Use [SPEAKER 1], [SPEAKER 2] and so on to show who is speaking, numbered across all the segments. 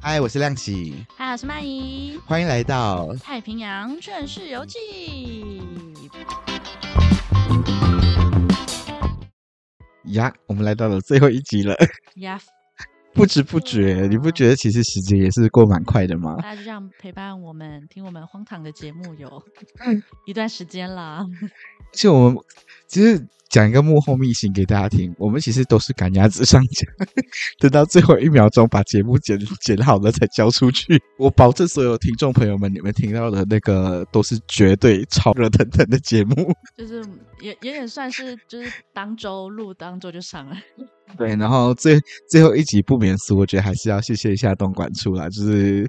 [SPEAKER 1] 嗨，我是亮喜，
[SPEAKER 2] 嗨，我是曼怡，
[SPEAKER 1] 欢迎来到
[SPEAKER 2] 《太平洋劝世游记》。
[SPEAKER 1] 呀，我们来到了最后一集了。
[SPEAKER 2] 呀，
[SPEAKER 1] 不知不觉，你不觉得其实时间也是过蛮快的吗？
[SPEAKER 2] 大家就这样陪伴我们，听我们荒唐的节目有
[SPEAKER 1] 嗯
[SPEAKER 2] 一段时间啦。
[SPEAKER 1] 就我们其实讲一个幕后秘辛给大家听，我们其实都是赶鸭子上架， 等到最后一秒钟把节目剪剪好了才交出去。我保证所有听众朋友们，你们听到的那个都是绝对超热腾腾的节目。
[SPEAKER 2] 就是也有点算是就是当周录，当周就上了。
[SPEAKER 1] 对，然后最最后一集不免俗，我觉得还是要谢谢一下东莞处啦，就是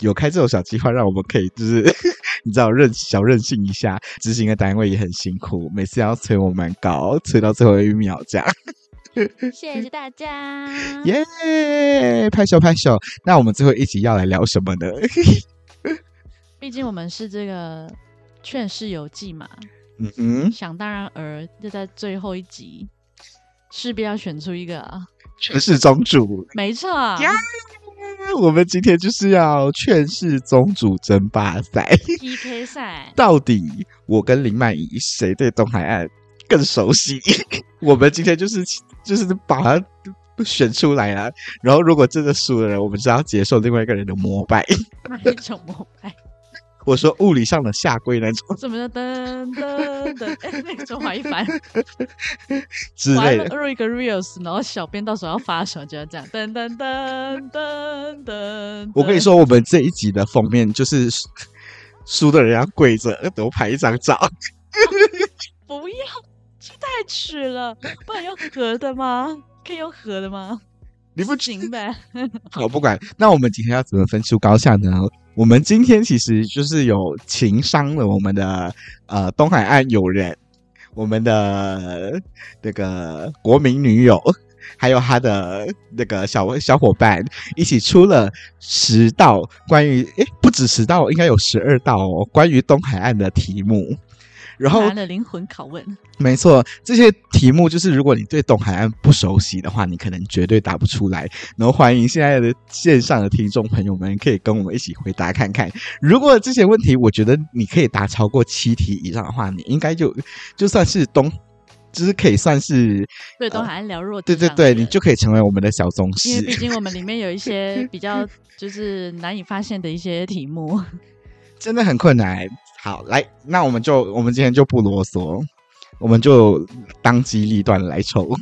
[SPEAKER 1] 有开这种小计划，让我们可以就是 你知道任小任性一下，执行的单位也很辛苦，每次要催我们搞，催到最后一秒这样，
[SPEAKER 2] 谢谢大家。
[SPEAKER 1] 耶、拍手拍手。那我们最后一集要来聊什么呢？
[SPEAKER 2] 毕竟我们是这个《劝世游记》嘛，
[SPEAKER 1] 嗯哼，
[SPEAKER 2] 想当然而就在最后一集，势必要选出一个啊。
[SPEAKER 1] 全是宗主。
[SPEAKER 2] 没错啊，
[SPEAKER 1] 呀我们今天就是要劝世宗主争霸赛，
[SPEAKER 2] PK 赛。
[SPEAKER 1] 到底我跟林曼怡谁对东海岸更熟悉？ 我们今天就是就是把它选出来啊，然后如果真的输的人，我们就要接受另外一个人的膜拜。
[SPEAKER 2] 哪一种膜拜？
[SPEAKER 1] 我说物理上的下跪那种
[SPEAKER 2] 怎么的？噔噔噔，哎、那个周华一凡，
[SPEAKER 1] 之
[SPEAKER 2] 我还
[SPEAKER 1] 类
[SPEAKER 2] 要
[SPEAKER 1] 的，
[SPEAKER 2] 录一个 reels，然后小编到时候要发什么就要这样，噔噔噔噔噔。
[SPEAKER 1] 我跟你，说，我们这一集的封面就是输的人要跪着，给我拍一张照。
[SPEAKER 2] 不要，这太耻了，不然用合的吗？可以用合的吗？
[SPEAKER 1] 你不
[SPEAKER 2] 行呗？
[SPEAKER 1] 好，不管。那我们今天要怎么分出高下呢？我们今天其实就是有情商了我们的呃东海岸友人，我们的那个国民女友， 还有她的那个小小伙伴，一起出了十道关于诶不止十道，应该有十二道哦，关于东海岸的题目。然后
[SPEAKER 2] 来了灵魂拷问，
[SPEAKER 1] 没错，这些题目就是如果你对东海岸不熟悉的话，你可能绝对答不出来。然后欢迎现在的线上的听众朋友们，可以跟我们一起回答看看。如果这些问题，我觉得你可以答超过七题以上的话，你应该就就算是东，就是可以算是
[SPEAKER 2] 对，都还聊弱
[SPEAKER 1] 对
[SPEAKER 2] 智
[SPEAKER 1] 啊对
[SPEAKER 2] 障
[SPEAKER 1] 对，
[SPEAKER 2] 的
[SPEAKER 1] 你就可以成为我们的小宗
[SPEAKER 2] 因为毕
[SPEAKER 1] 师。
[SPEAKER 2] 竟我们里面有一些 比较就是难以发现的一些题目。
[SPEAKER 1] 真的很困难。好，来，那我们就我们今天就不啰嗦，我们就当机立断来抽。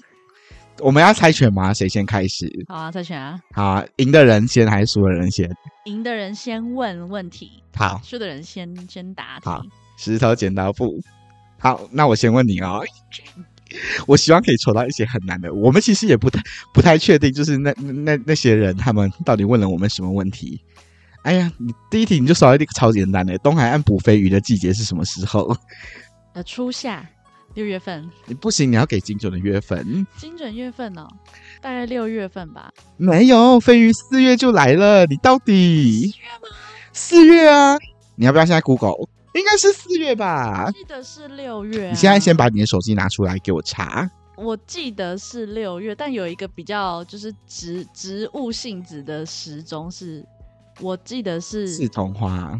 [SPEAKER 1] 我们要猜拳吗？谁先开始？
[SPEAKER 2] 好啊，再选啊，
[SPEAKER 1] 好啊，赢的人先还是输的人先？
[SPEAKER 2] 赢的人先问问题，
[SPEAKER 1] 好，
[SPEAKER 2] 输的人先先答题。
[SPEAKER 1] 好石头剪刀布。好，那我先问你哦。 我希望可以抽到一些很难的。我们其实也不太不太确定，就是那那那些人他们到底问了我们什么问题。哎呀，你第一题你就说到一个超简单的，东海岸捕飞鱼的季节是什么时候？
[SPEAKER 2] 呃，初夏六月份，
[SPEAKER 1] 你不行，你要给精准的月份。
[SPEAKER 2] 精准月份哦，大概六月份吧。
[SPEAKER 1] 没有，飞鱼四月就来了，你到底
[SPEAKER 2] 月吗？
[SPEAKER 1] 四月啊？你要不要现在 Google？应该是四月吧？
[SPEAKER 2] 记得是六月、
[SPEAKER 1] 啊
[SPEAKER 2] 啊
[SPEAKER 1] 你现在先，把你的手机拿出来给我查。
[SPEAKER 2] 我记得是六月，但有一个比较就是植植物性质的时钟是，我记得
[SPEAKER 1] 是
[SPEAKER 2] 是
[SPEAKER 1] 桐花，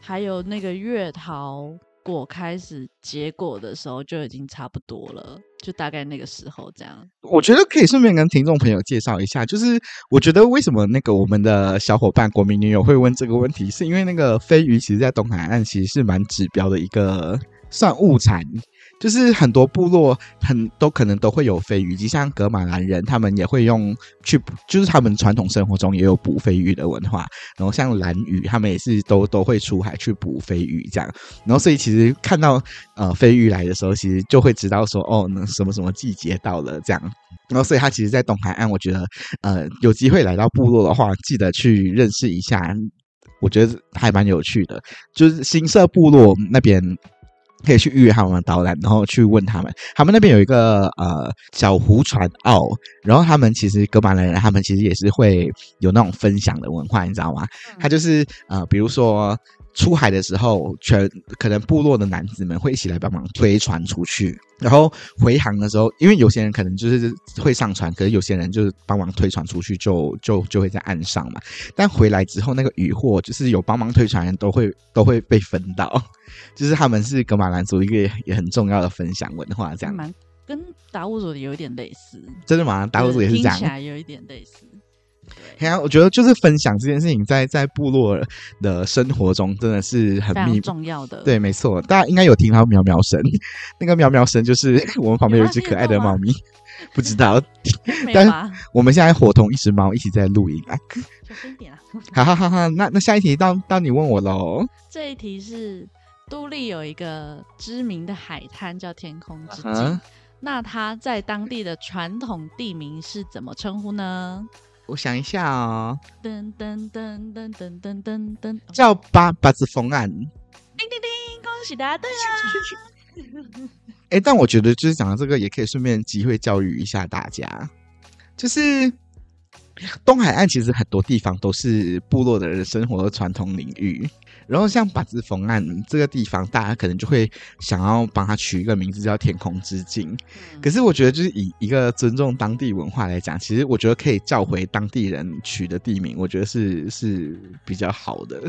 [SPEAKER 2] 还有那个月桃果开始结果的时候就已经差不多了，就大概那个时候这样。
[SPEAKER 1] 我觉得可以顺便跟听众朋友介绍一下，就是我觉得为什么那个我们的小伙伴国民女友会问这个问题，是因为那个飞鱼其实，在东海岸其实是蛮指标的一个算物产。就是很多部落很都可能都会有飞鱼，就像格马兰人，他们也会用去，就是他们传统生活中也有捕飞鱼的文化。然后像蓝鱼，他们也是都都会出海去捕飞鱼这样。然后所以其实看到呃飞鱼来的时候，其实就会知道说哦，那什么什么季节到了这样。然后所以它其实，在东海岸，我觉得呃有机会来到部落的话，记得去认识一下，我觉得还蛮有趣的。就是新社部落那边。可以去预约他们的导览，然后去问他们。他们那边有一个呃小湖船澳，然后他们其实格马兰人，他们其实也是会有那种分享的文化，你知道吗？他就是呃，比如说出海的时候，全可能部落的男子们会一起来帮忙推船出去，然后回航的时候，因为有些人可能就是会上船，可是有些人就是帮忙推船出去就，就就会在岸上嘛。但回来之后，那个渔获就是有帮忙推船的人都会都会被分到， 就是他们是格马兰族一个也也很重要的分享文化，这样
[SPEAKER 2] 蛮跟达悟族的有一点类似，
[SPEAKER 1] 真的吗？达悟族也是这
[SPEAKER 2] 听
[SPEAKER 1] 样
[SPEAKER 2] 起。来有一点类似。对，
[SPEAKER 1] 对啊，我觉得就是分享这件事情在，在部落的生活中真的是很
[SPEAKER 2] 非常
[SPEAKER 1] 密
[SPEAKER 2] 重要的。
[SPEAKER 1] 对，没错，大家应该有听到喵喵声，那个喵喵声就是我们旁边有一只可爱的猫咪，不知道。
[SPEAKER 2] 哎，没
[SPEAKER 1] 但
[SPEAKER 2] 有吧？
[SPEAKER 1] 我们现在伙同一只猫一起在录音啊，
[SPEAKER 2] 小声一点啊。
[SPEAKER 1] 哈哈哈哈。那那下一题到到你问我喽，
[SPEAKER 2] 这一题是都立有一个知名的海滩叫天空之境，
[SPEAKER 1] 啊，
[SPEAKER 2] 那它在当地的传统地名是怎么称呼呢？
[SPEAKER 1] 我想一下哦，
[SPEAKER 2] 噔噔噔噔噔噔噔噔，哦
[SPEAKER 1] 叫八八字风案。
[SPEAKER 2] 叮叮叮，恭喜答对啊！
[SPEAKER 1] 哎、但我觉得就是讲到这个，也可以顺便机会教育一下大家，就是东海岸其实很多地方都是部落的人生活的传统领域，然后像把子缝岸这个地方，大家可能就会想要帮它取一个名字叫天空之境。
[SPEAKER 2] 嗯
[SPEAKER 1] 可是我觉得，就是以一个尊重当地文化来讲，其实我觉得可以叫回当地人取的地名，我觉得是是比较好的。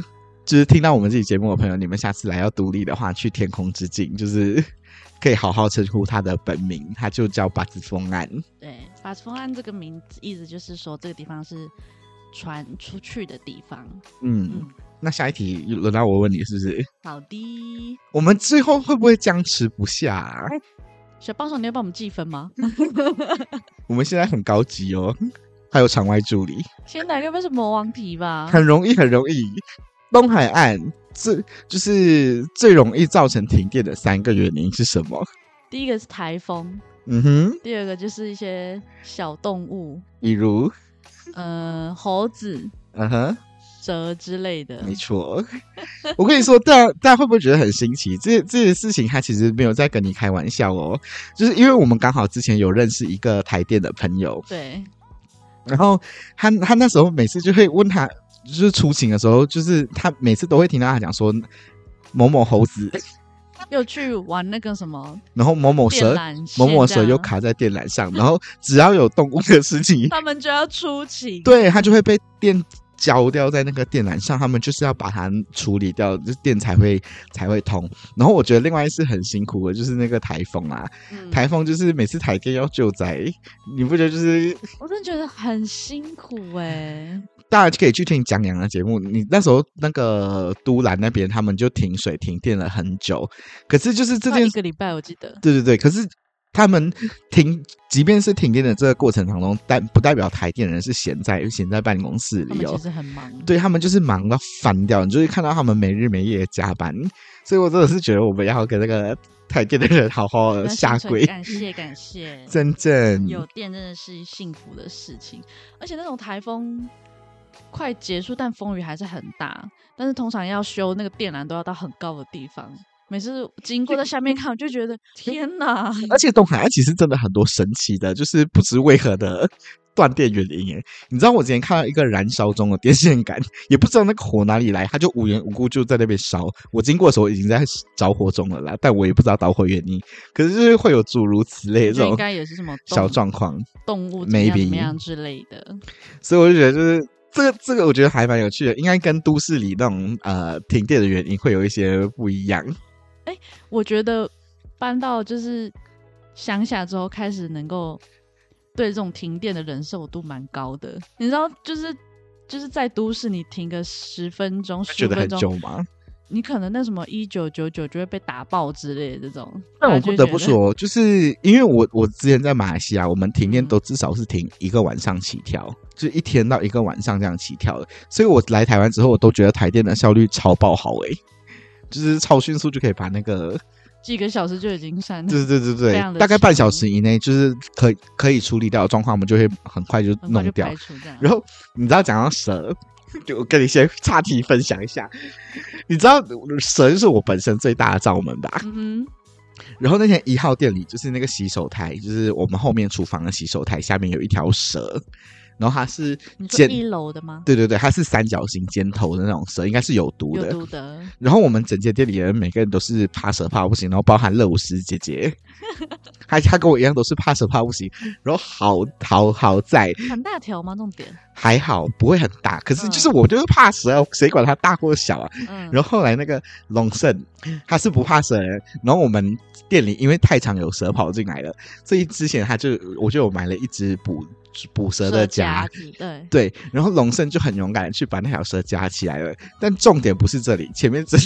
[SPEAKER 1] 就是听到我们这期节目的朋友，你们下次来要独立的话，去天空之境，就是可以好好称呼他的本名，他就叫八字风岸。
[SPEAKER 2] 嗯对，法斯风岸这个名字意思就是说这个地方是传出去的地方。
[SPEAKER 1] 嗯
[SPEAKER 2] 嗯，，
[SPEAKER 1] 那下一题轮到我问你，是不是？
[SPEAKER 2] 好的，
[SPEAKER 1] 我们最后会不会僵持不下啊、
[SPEAKER 2] 小帮手，你要帮我们计分吗？
[SPEAKER 1] 嗯我们现在很高级哦，还有场外助理。
[SPEAKER 2] 先来个不是魔王题吧？
[SPEAKER 1] 很容易，很容易。东海岸最就是最容易造成停电的三个原因是什么？
[SPEAKER 2] 第一个是台风，
[SPEAKER 1] 嗯哼，
[SPEAKER 2] 第二个就是一些小动物，
[SPEAKER 1] 比如，
[SPEAKER 2] 呃，猴子、
[SPEAKER 1] 嗯哼，
[SPEAKER 2] 蛇之类的。
[SPEAKER 1] 没错。我跟你说，大家大家会不会觉得很新奇？这这些事情他其实没有在跟你开玩笑哦，就是因为我们刚好之前有认识一个台电的朋友，
[SPEAKER 2] 对，
[SPEAKER 1] 然后他他那时候每次就会问他，就是出勤的时候，就是他每次都会听到他讲说某某猴子，
[SPEAKER 2] 又去玩那个什么
[SPEAKER 1] 然后某某
[SPEAKER 2] 电
[SPEAKER 1] 蛇，
[SPEAKER 2] 缆线，
[SPEAKER 1] 某某蛇又，卡在电缆上，然后只要有动物的事 情，
[SPEAKER 2] 他们就要出勤。
[SPEAKER 1] 对它就会被电浇掉在那个电缆上，他们就是要把它处理掉，就是电才会才会通。然后我觉得另外一次很辛苦的就是那个台风啊，
[SPEAKER 2] 嗯
[SPEAKER 1] 台风就是每次台电要救灾，你不觉得就是
[SPEAKER 2] 我真的觉得很辛苦哎、
[SPEAKER 1] 大家可以去听蒋洋的节目。你那时候那个都兰那边他们就停水停电了很久，可是就是这
[SPEAKER 2] 快
[SPEAKER 1] 件
[SPEAKER 2] 一个礼拜我记得。
[SPEAKER 1] 对对对，可是他们停，即便是停电的这个过程当中，但不代表台电人是闲在闲在办公室
[SPEAKER 2] 他
[SPEAKER 1] 里
[SPEAKER 2] 们
[SPEAKER 1] 哦
[SPEAKER 2] 其。实很忙，
[SPEAKER 1] 对他们就是忙到翻掉，你就会看到他们没日没夜地加班，所以我真的是觉得我们要给那个台电的人好好地
[SPEAKER 2] 那
[SPEAKER 1] 下
[SPEAKER 2] 薪
[SPEAKER 1] 跪，
[SPEAKER 2] 水
[SPEAKER 1] 嗯
[SPEAKER 2] 感谢感 谢，
[SPEAKER 1] 真正
[SPEAKER 2] 有电真的是幸福的事情。而且那种台风快结束，但风雨还是很大，但是通常要修那个电缆都要到很高的地方。每次经过在下 面看，我就觉得天哪！
[SPEAKER 1] 而且东海岸其实真的很多神奇的，就是不知为何的 断电原因。诶，你知道我之前看到一个燃烧中的电线杆，也不知道那个火哪里来，它就无缘无故就在那边烧。我经过的时候已经在着火中了啦，但我也不知道导火原因。可是就是会有诸如此类的这
[SPEAKER 2] 就应
[SPEAKER 1] 种
[SPEAKER 2] 该也是什么 动
[SPEAKER 1] 小状况，
[SPEAKER 2] 动物怎么样
[SPEAKER 1] maybe
[SPEAKER 2] 怎么样之类的。
[SPEAKER 1] 所以我就觉得就是。这个这个我觉得还蛮有趣的，应该跟都市里那种呃停电的原因会有一些不一样。
[SPEAKER 2] 我觉得搬到就是乡下之后，开始能够对这种停电的忍受度蛮高的。你知道，就是就是在都市，你停个十分钟、
[SPEAKER 1] 觉
[SPEAKER 2] 十
[SPEAKER 1] 得很
[SPEAKER 2] 分
[SPEAKER 1] 久
[SPEAKER 2] 钟，
[SPEAKER 1] 吗？
[SPEAKER 2] 你可能那什么一九九九就会被打爆之类的这种。
[SPEAKER 1] 但我
[SPEAKER 2] 大家
[SPEAKER 1] 不
[SPEAKER 2] 就
[SPEAKER 1] 得不
[SPEAKER 2] 觉，
[SPEAKER 1] 说，就是因为我我之前在马来西亚，我们停电
[SPEAKER 2] 嗯
[SPEAKER 1] 都至少是停一个晚上起跳，就是一天到一个晚上这样起跳的。所以我来台湾之后，我都觉得台电的效率超爆好诶、就是超迅速就可以把那个，
[SPEAKER 2] 几个小时就已经删了，
[SPEAKER 1] 对对对
[SPEAKER 2] 非
[SPEAKER 1] 对
[SPEAKER 2] 常，地
[SPEAKER 1] 大概半小
[SPEAKER 2] 强
[SPEAKER 1] 时以内，就是可以可以处理掉的状况，我们就会很快就
[SPEAKER 2] 很快
[SPEAKER 1] 弄
[SPEAKER 2] 就
[SPEAKER 1] 掉
[SPEAKER 2] 排。除这样。
[SPEAKER 1] 然后你知道讲到蛇，就我跟你先岔题分享一下，你知道蛇就是我本身最大的罩门吧？
[SPEAKER 2] 嗯哼，
[SPEAKER 1] 然后那天一号店里就是那个洗手台，就是我们后面厨房的洗手台下面有一条蛇，然后它是
[SPEAKER 2] 你说
[SPEAKER 1] 尖，
[SPEAKER 2] 一楼的吗？
[SPEAKER 1] 对对对，它是三角形尖头的那种蛇，应该是有毒
[SPEAKER 2] 有
[SPEAKER 1] 的。
[SPEAKER 2] 毒的，
[SPEAKER 1] 然后我们整间店里的人每个人都是怕蛇怕不行，然后包含乐舞师姐 姐，她她跟我一样都是怕蛇怕不行，然后好好好在
[SPEAKER 2] 很大条吗？重点，
[SPEAKER 1] 还好不会很大，可是
[SPEAKER 2] 嗯
[SPEAKER 1] 就是我就是怕蛇啊，谁管它大或小啊？
[SPEAKER 2] 嗯，
[SPEAKER 1] 然后后来那个龙胜他是不怕蛇的人，然后我们店里因为太常有蛇跑进来了，所以之前他就我就有买了一只捕捕蛇的夹
[SPEAKER 2] 夹，子，对，
[SPEAKER 1] 对，然后龙胜就很勇敢的去把那条蛇夹起来了。但重点不是这里，前面这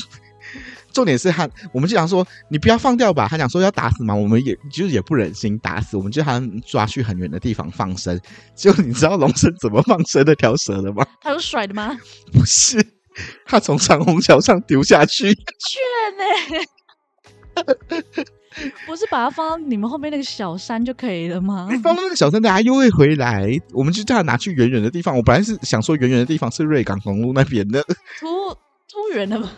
[SPEAKER 1] 重点是他，我们就想说你不要放掉吧，他想说要打死嘛，我们也就是也不忍心打死，我们就把他抓去很远的地方放生。结果你知道龙胜怎么放生那条蛇的吗？
[SPEAKER 2] 他有甩的吗？
[SPEAKER 1] 不是，他从长虹桥上丢下去。
[SPEAKER 2] 对呢， 不是把它放到你们后面那个小山就可以了吗？
[SPEAKER 1] 放到那个小山大家又会回来，我们就叫他拿去远远的地方。我本来是想说远远的地方是瑞港公路那边的，
[SPEAKER 2] 突突然 的吧？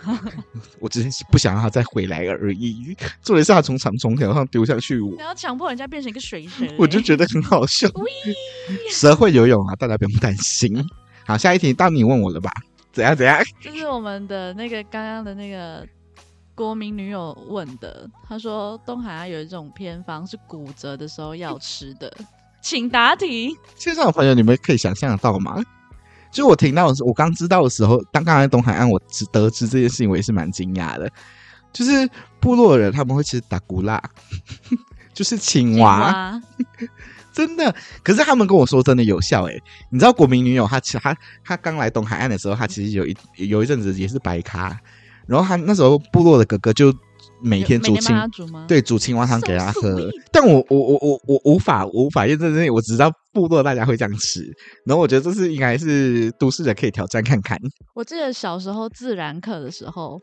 [SPEAKER 1] 我只是不想让他再回来而已。重点是他从长虫条上丢下去，我
[SPEAKER 2] 然后强迫人家变成一个水蛇欸，
[SPEAKER 1] 我就觉得很好笑。
[SPEAKER 2] 喂
[SPEAKER 1] 蛇会游泳啊，大家不用担心。好，下一题到你问我了吧？怎样怎样？
[SPEAKER 2] 就是我们的那个刚刚的那个国民女友问的，她说东海岸有一种偏方是骨折的时候要吃的，请答题。
[SPEAKER 1] 线上的朋友，你们可以想象得到吗？就我听到的时候，我刚知道的时候，当刚才东海岸我知得知这件事情，我也是蛮惊讶的。就是部落人他们会吃达古拉， 就是青蛙，
[SPEAKER 2] 哇，
[SPEAKER 1] 真的。可是他们跟我说真的有效诶、欸你知道国民女友她其她她刚来东海岸的时候，她其实有一有一阵子也是白咖，然后她那时候部落的哥哥就每天
[SPEAKER 2] 每
[SPEAKER 1] 煮
[SPEAKER 2] 天帮
[SPEAKER 1] 青
[SPEAKER 2] 她煮吗？，
[SPEAKER 1] 对，煮青蛙汤给他
[SPEAKER 2] So
[SPEAKER 1] 喝
[SPEAKER 2] sweet。
[SPEAKER 1] 但我我我我我无法无法验证这些，我只知道部落大家会这样吃。然后我觉得这是应该是都市人可以挑战看看。
[SPEAKER 2] 我记得小时候自然课的时候，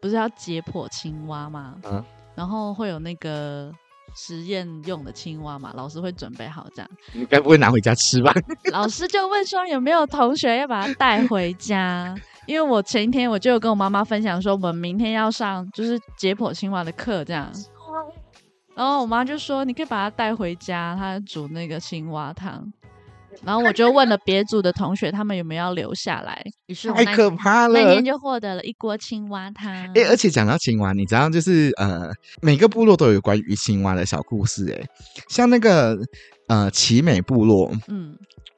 [SPEAKER 2] 不是要解剖青蛙吗？
[SPEAKER 1] 嗯
[SPEAKER 2] 然后会有那个实验用的青蛙嘛，老师会准备好这样。
[SPEAKER 1] 你该不会拿回家吃吧？
[SPEAKER 2] 老师就问说有没有同学要把它带回家？ 因为我前一天我就有跟我妈妈分享说，我们明天要上就是解剖青蛙的课这样。然后我妈就说你可以把它带回家，她煮那个青蛙汤。然后我就问了别组的同学，他们有没有要留下来。于是我
[SPEAKER 1] 太
[SPEAKER 2] 那
[SPEAKER 1] 可怕
[SPEAKER 2] 那
[SPEAKER 1] 了
[SPEAKER 2] 天！就获得了一锅青蛙汤。
[SPEAKER 1] 哎、而且讲到青蛙，你知道就是呃，每个部落都有关于青蛙的小故事、诶，像那个呃奇美部落，
[SPEAKER 2] 嗯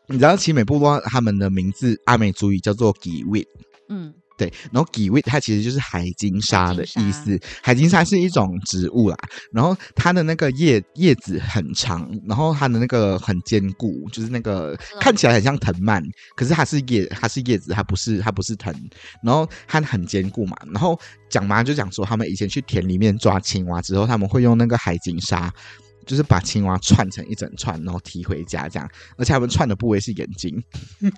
[SPEAKER 1] 你知道奇美部落他们的名字阿美族语叫做 g i w i
[SPEAKER 2] 嗯，
[SPEAKER 1] 对，然后 kiwi 它其实就是海金沙的
[SPEAKER 2] 海
[SPEAKER 1] 意
[SPEAKER 2] 金
[SPEAKER 1] 思。海金沙是一种植物啦，然后它的那个叶叶子很长，然后它的那个很坚固，就是那个
[SPEAKER 2] 嗯
[SPEAKER 1] 看起来很像藤蔓，可是它是叶，它是叶子，它不是它不是藤。然后它很坚固嘛，然后讲妈就讲说，他们以前去田里面抓青蛙之后，他们会用那个海金沙。就是把青蛙串成一整串，然后提回家这样，而且他们串的部位是眼睛，
[SPEAKER 2] 嗯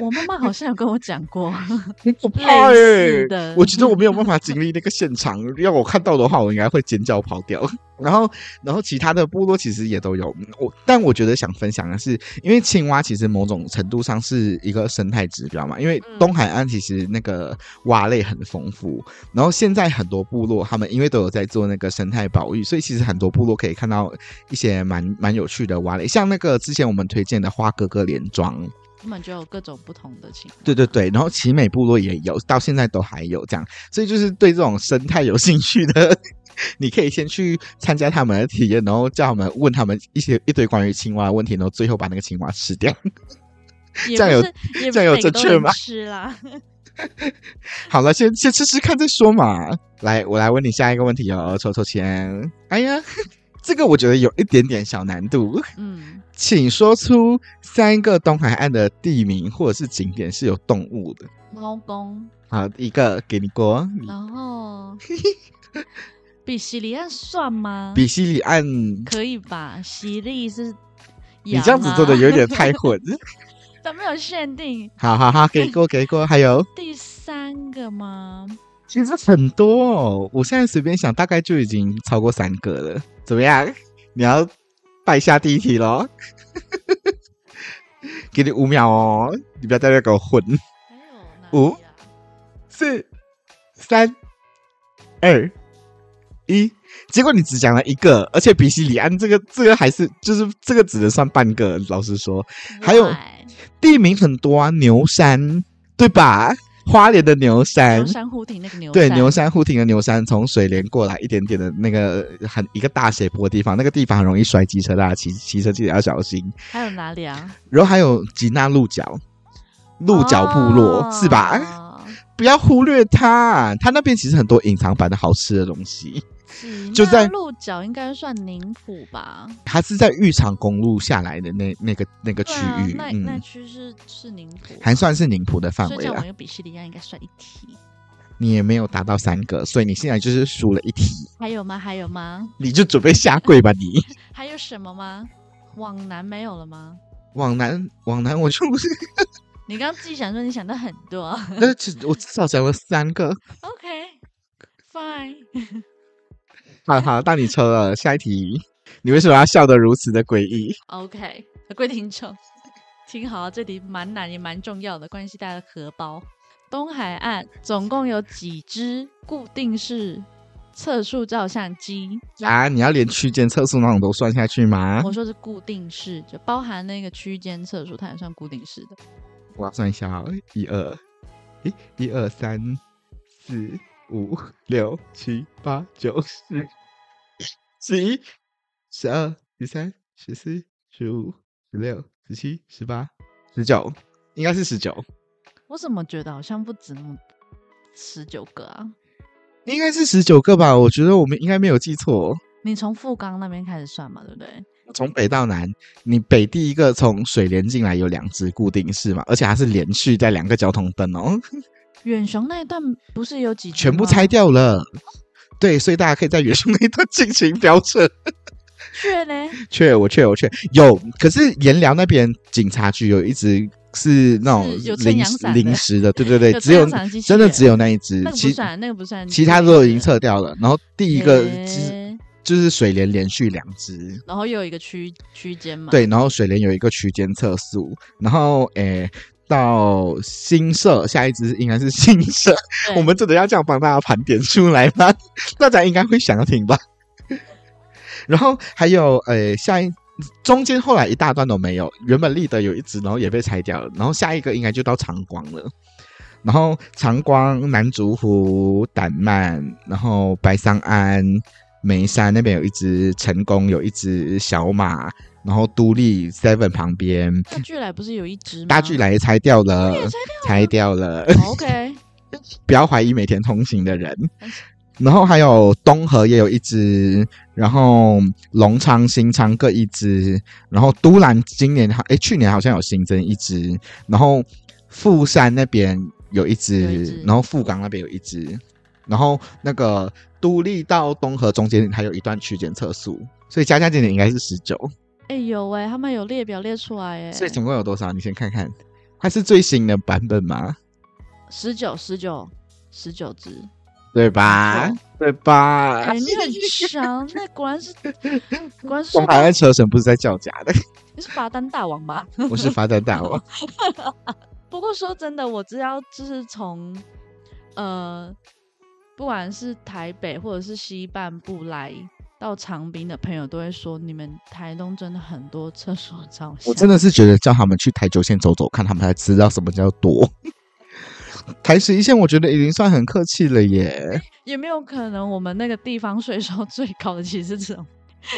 [SPEAKER 2] 我妈妈好像有跟我讲 过
[SPEAKER 1] 很可怕
[SPEAKER 2] 类似
[SPEAKER 1] 欸！
[SPEAKER 2] 的。
[SPEAKER 1] 我觉得我没有办法经历那个现场，要我看到的话，我应该会尖叫跑掉。 然后，然后其他的部落其实也都有嗯我，但我觉得想分享的是，因为青蛙其实某种程度上是一个生态指标嘛，因为
[SPEAKER 2] 嗯
[SPEAKER 1] 东海岸其实那个蛙类很丰富，然后现在很多部落他们因为都有在做那个生态保育，所以其实很多部落可以看到一些蛮蛮有趣的蛙类，像那个之前我们推荐的花哥哥连庄，
[SPEAKER 2] 他们就有各种不同的青蛙。
[SPEAKER 1] 对对对，然后奇美部落也有，到现在都还有这样，所以就是对这种生态有兴趣的， 你可以先去参加他们的体验，然后叫他们问他们一些一堆关于青蛙的问题，然后最后把那个青蛙吃掉。
[SPEAKER 2] 也
[SPEAKER 1] 这样
[SPEAKER 2] 不
[SPEAKER 1] 有
[SPEAKER 2] 是也不
[SPEAKER 1] 这样
[SPEAKER 2] 是
[SPEAKER 1] 有
[SPEAKER 2] 每个
[SPEAKER 1] 正
[SPEAKER 2] 都
[SPEAKER 1] 确
[SPEAKER 2] 能
[SPEAKER 1] 吗
[SPEAKER 2] 吃啦，
[SPEAKER 1] 好了，先先吃吃看再说嘛。来，我来问你下一个问题哦，抽抽签。哎呀， 这个我觉得有一点点小难度，
[SPEAKER 2] 嗯，
[SPEAKER 1] 请说出三个东海岸的地名或者是景点是有动物的。
[SPEAKER 2] 猫公，
[SPEAKER 1] 好，一个给你过，你
[SPEAKER 2] 然 后比西里岸算吗？
[SPEAKER 1] 比西里岸
[SPEAKER 2] 可以吧？西利是、啊
[SPEAKER 1] 你这样子做的有，点太混。
[SPEAKER 2] 咱没有限定
[SPEAKER 1] 好好好，给过给过，还有，
[SPEAKER 2] 第三个吗？
[SPEAKER 1] 其实很多哦，我现在随便想，大概就已经超过三个了。怎么样？你要败下第一题喽？ 给你五秒哦，你不要在那给我混。
[SPEAKER 2] 还有哪
[SPEAKER 1] 五
[SPEAKER 2] 里啊
[SPEAKER 1] 四、三、二、一，结果你只讲了一个，而且比起李安这个，这个还是就是这个只能算半个。老实说，还有
[SPEAKER 2] Why？
[SPEAKER 1] 地名很多啊，牛山对吧？花莲的牛山
[SPEAKER 2] 牛，山湖亭那个牛
[SPEAKER 1] 对，
[SPEAKER 2] 山
[SPEAKER 1] 牛山护亭的牛山，从水帘过来一点点的那个很一个大斜坡的地方，那个地方很容易摔机车，大家骑骑车记得要小心。
[SPEAKER 2] 还有哪里啊？
[SPEAKER 1] 然后还有吉纳鹿角，鹿角部落、是吧？
[SPEAKER 2] 哦？
[SPEAKER 1] 不要忽略它，它那边其实很多隐藏版的好吃的东西。
[SPEAKER 2] 是
[SPEAKER 1] 就
[SPEAKER 2] 那
[SPEAKER 1] 在
[SPEAKER 2] 鹿角，应该算宁浦吧？
[SPEAKER 1] 它是在玉场公路下来的那那个那个
[SPEAKER 2] 对
[SPEAKER 1] 区
[SPEAKER 2] 啊
[SPEAKER 1] 域，
[SPEAKER 2] 那那
[SPEAKER 1] 嗯，
[SPEAKER 2] 区是是宁浦，
[SPEAKER 1] 还算是宁浦的范
[SPEAKER 2] 所以
[SPEAKER 1] 围
[SPEAKER 2] 这样我
[SPEAKER 1] 了
[SPEAKER 2] 们。又比西里亚应该算一题。
[SPEAKER 1] 你也没有达到三个，所以你现在就是输了一题，
[SPEAKER 2] 还有吗？还有吗？
[SPEAKER 1] 你就准备下跪吧你。
[SPEAKER 2] 还有什么吗？往南没有了吗？
[SPEAKER 1] 往南，往南，我就不是，
[SPEAKER 2] 你刚刚自己想说你想到很多
[SPEAKER 1] 但是我至少讲了三个。
[SPEAKER 2] ，OK，fine。
[SPEAKER 1] 好好，到你抽了，下一题。你为什么要笑得如此的诡异？
[SPEAKER 2] OK，各位听众，听好啊，这题蛮难也蛮重要的，关系大家的荷包。东海岸总共有几只固定式测速照相机？
[SPEAKER 1] 啊，你要连区间测速那种都算下去吗？
[SPEAKER 2] 我说是固定式，就包含那个区间测速，它也算固定式的。
[SPEAKER 1] 我要算一下哦，一二，一，一二三四五六七八九十，十一，十二，十三，十四，十五，十六，十七，十八，十九，应该是十九，
[SPEAKER 2] 我怎么觉得好像不止那么十九个啊？
[SPEAKER 1] 应该是十九个吧？我觉得我们应该没有记错。
[SPEAKER 2] 你从富冈那边开始算嘛，对不对？
[SPEAKER 1] 从北到南，你北第一个从水帘进来有两只固定式嘛，而且它是连续在两个交通灯 哦，
[SPEAKER 2] 远雄那一段不是有几只
[SPEAKER 1] 全部
[SPEAKER 2] 吗
[SPEAKER 1] 拆掉了。对，所以大家可以在远雄那一段进行飙车。
[SPEAKER 2] 雀呢？
[SPEAKER 1] 确，我确，我确有。可是盐寮那边警察局有一只是那种
[SPEAKER 2] 是有撑
[SPEAKER 1] 临
[SPEAKER 2] 阳
[SPEAKER 1] 时
[SPEAKER 2] 伞的
[SPEAKER 1] 临时的，对对对，
[SPEAKER 2] 有
[SPEAKER 1] 只有
[SPEAKER 2] 撑伞的机器
[SPEAKER 1] 真的
[SPEAKER 2] 人
[SPEAKER 1] 只有那一只
[SPEAKER 2] 那，个不啊
[SPEAKER 1] 其
[SPEAKER 2] 算，那个不算，
[SPEAKER 1] 其他都已经测掉了。然后第一个就是
[SPEAKER 2] 诶
[SPEAKER 1] 就是水帘连续两只，
[SPEAKER 2] 然后又有一个区区间嘛，
[SPEAKER 1] 对，然后水帘有一个区间测速，然后诶。到新社下一只应该是新社，
[SPEAKER 2] 对，
[SPEAKER 1] 我们真的要这样帮大家盘点出来吗？ 大家应该会想要听吧。 然后还有呃，下一中间后来一大段都没有，原本立德有一只，然后也被拆掉了，然后下一个应该就到长光了。然后长光、南竹湖、胆曼，然后白桑庵、眉山那边有一只，成功有一只小马，然后都立 Seven 旁边，
[SPEAKER 2] 大巨来不是有一只吗？
[SPEAKER 1] 大巨嗯来也呃拆掉了，拆掉了。
[SPEAKER 2] 哦 OK，
[SPEAKER 1] 不要怀疑每天通行的人
[SPEAKER 2] 嗯。
[SPEAKER 1] 然后还有东河也有一只，然后隆昌、新昌各一只，然后都兰今年好，哎，去年好像有新增一只，然后富山那边有一只，
[SPEAKER 2] 有一只
[SPEAKER 1] 然后富冈那边有一只，然后那个都立到东河中间还有一段区间测速，所以加加减减应该是十九，
[SPEAKER 2] 哎有哎，他们有列表列出来哎，
[SPEAKER 1] 所以总共有多少？你先看看，它是最新的版本吗？
[SPEAKER 2] 十九十九十九只，
[SPEAKER 1] 对吧
[SPEAKER 2] 没错？
[SPEAKER 1] 对吧？
[SPEAKER 2] 哎你很强，那果 然是果然是
[SPEAKER 1] 东海岸车神不是在叫假的，
[SPEAKER 2] 你是罚单大王吧？
[SPEAKER 1] 我是罚单大王。
[SPEAKER 2] 不过说真的，我知道就是从呃，不管是台北或者是西半部来到长滨的朋友，都会说你们台东真的很多厕所照相。
[SPEAKER 1] 我真的是觉得叫他们去台九线走走看，他们才知道什么叫多。 台十一线我觉得已经算很客气了耶，
[SPEAKER 2] 也没有可能，我们那个地方税收 最高的其实是这种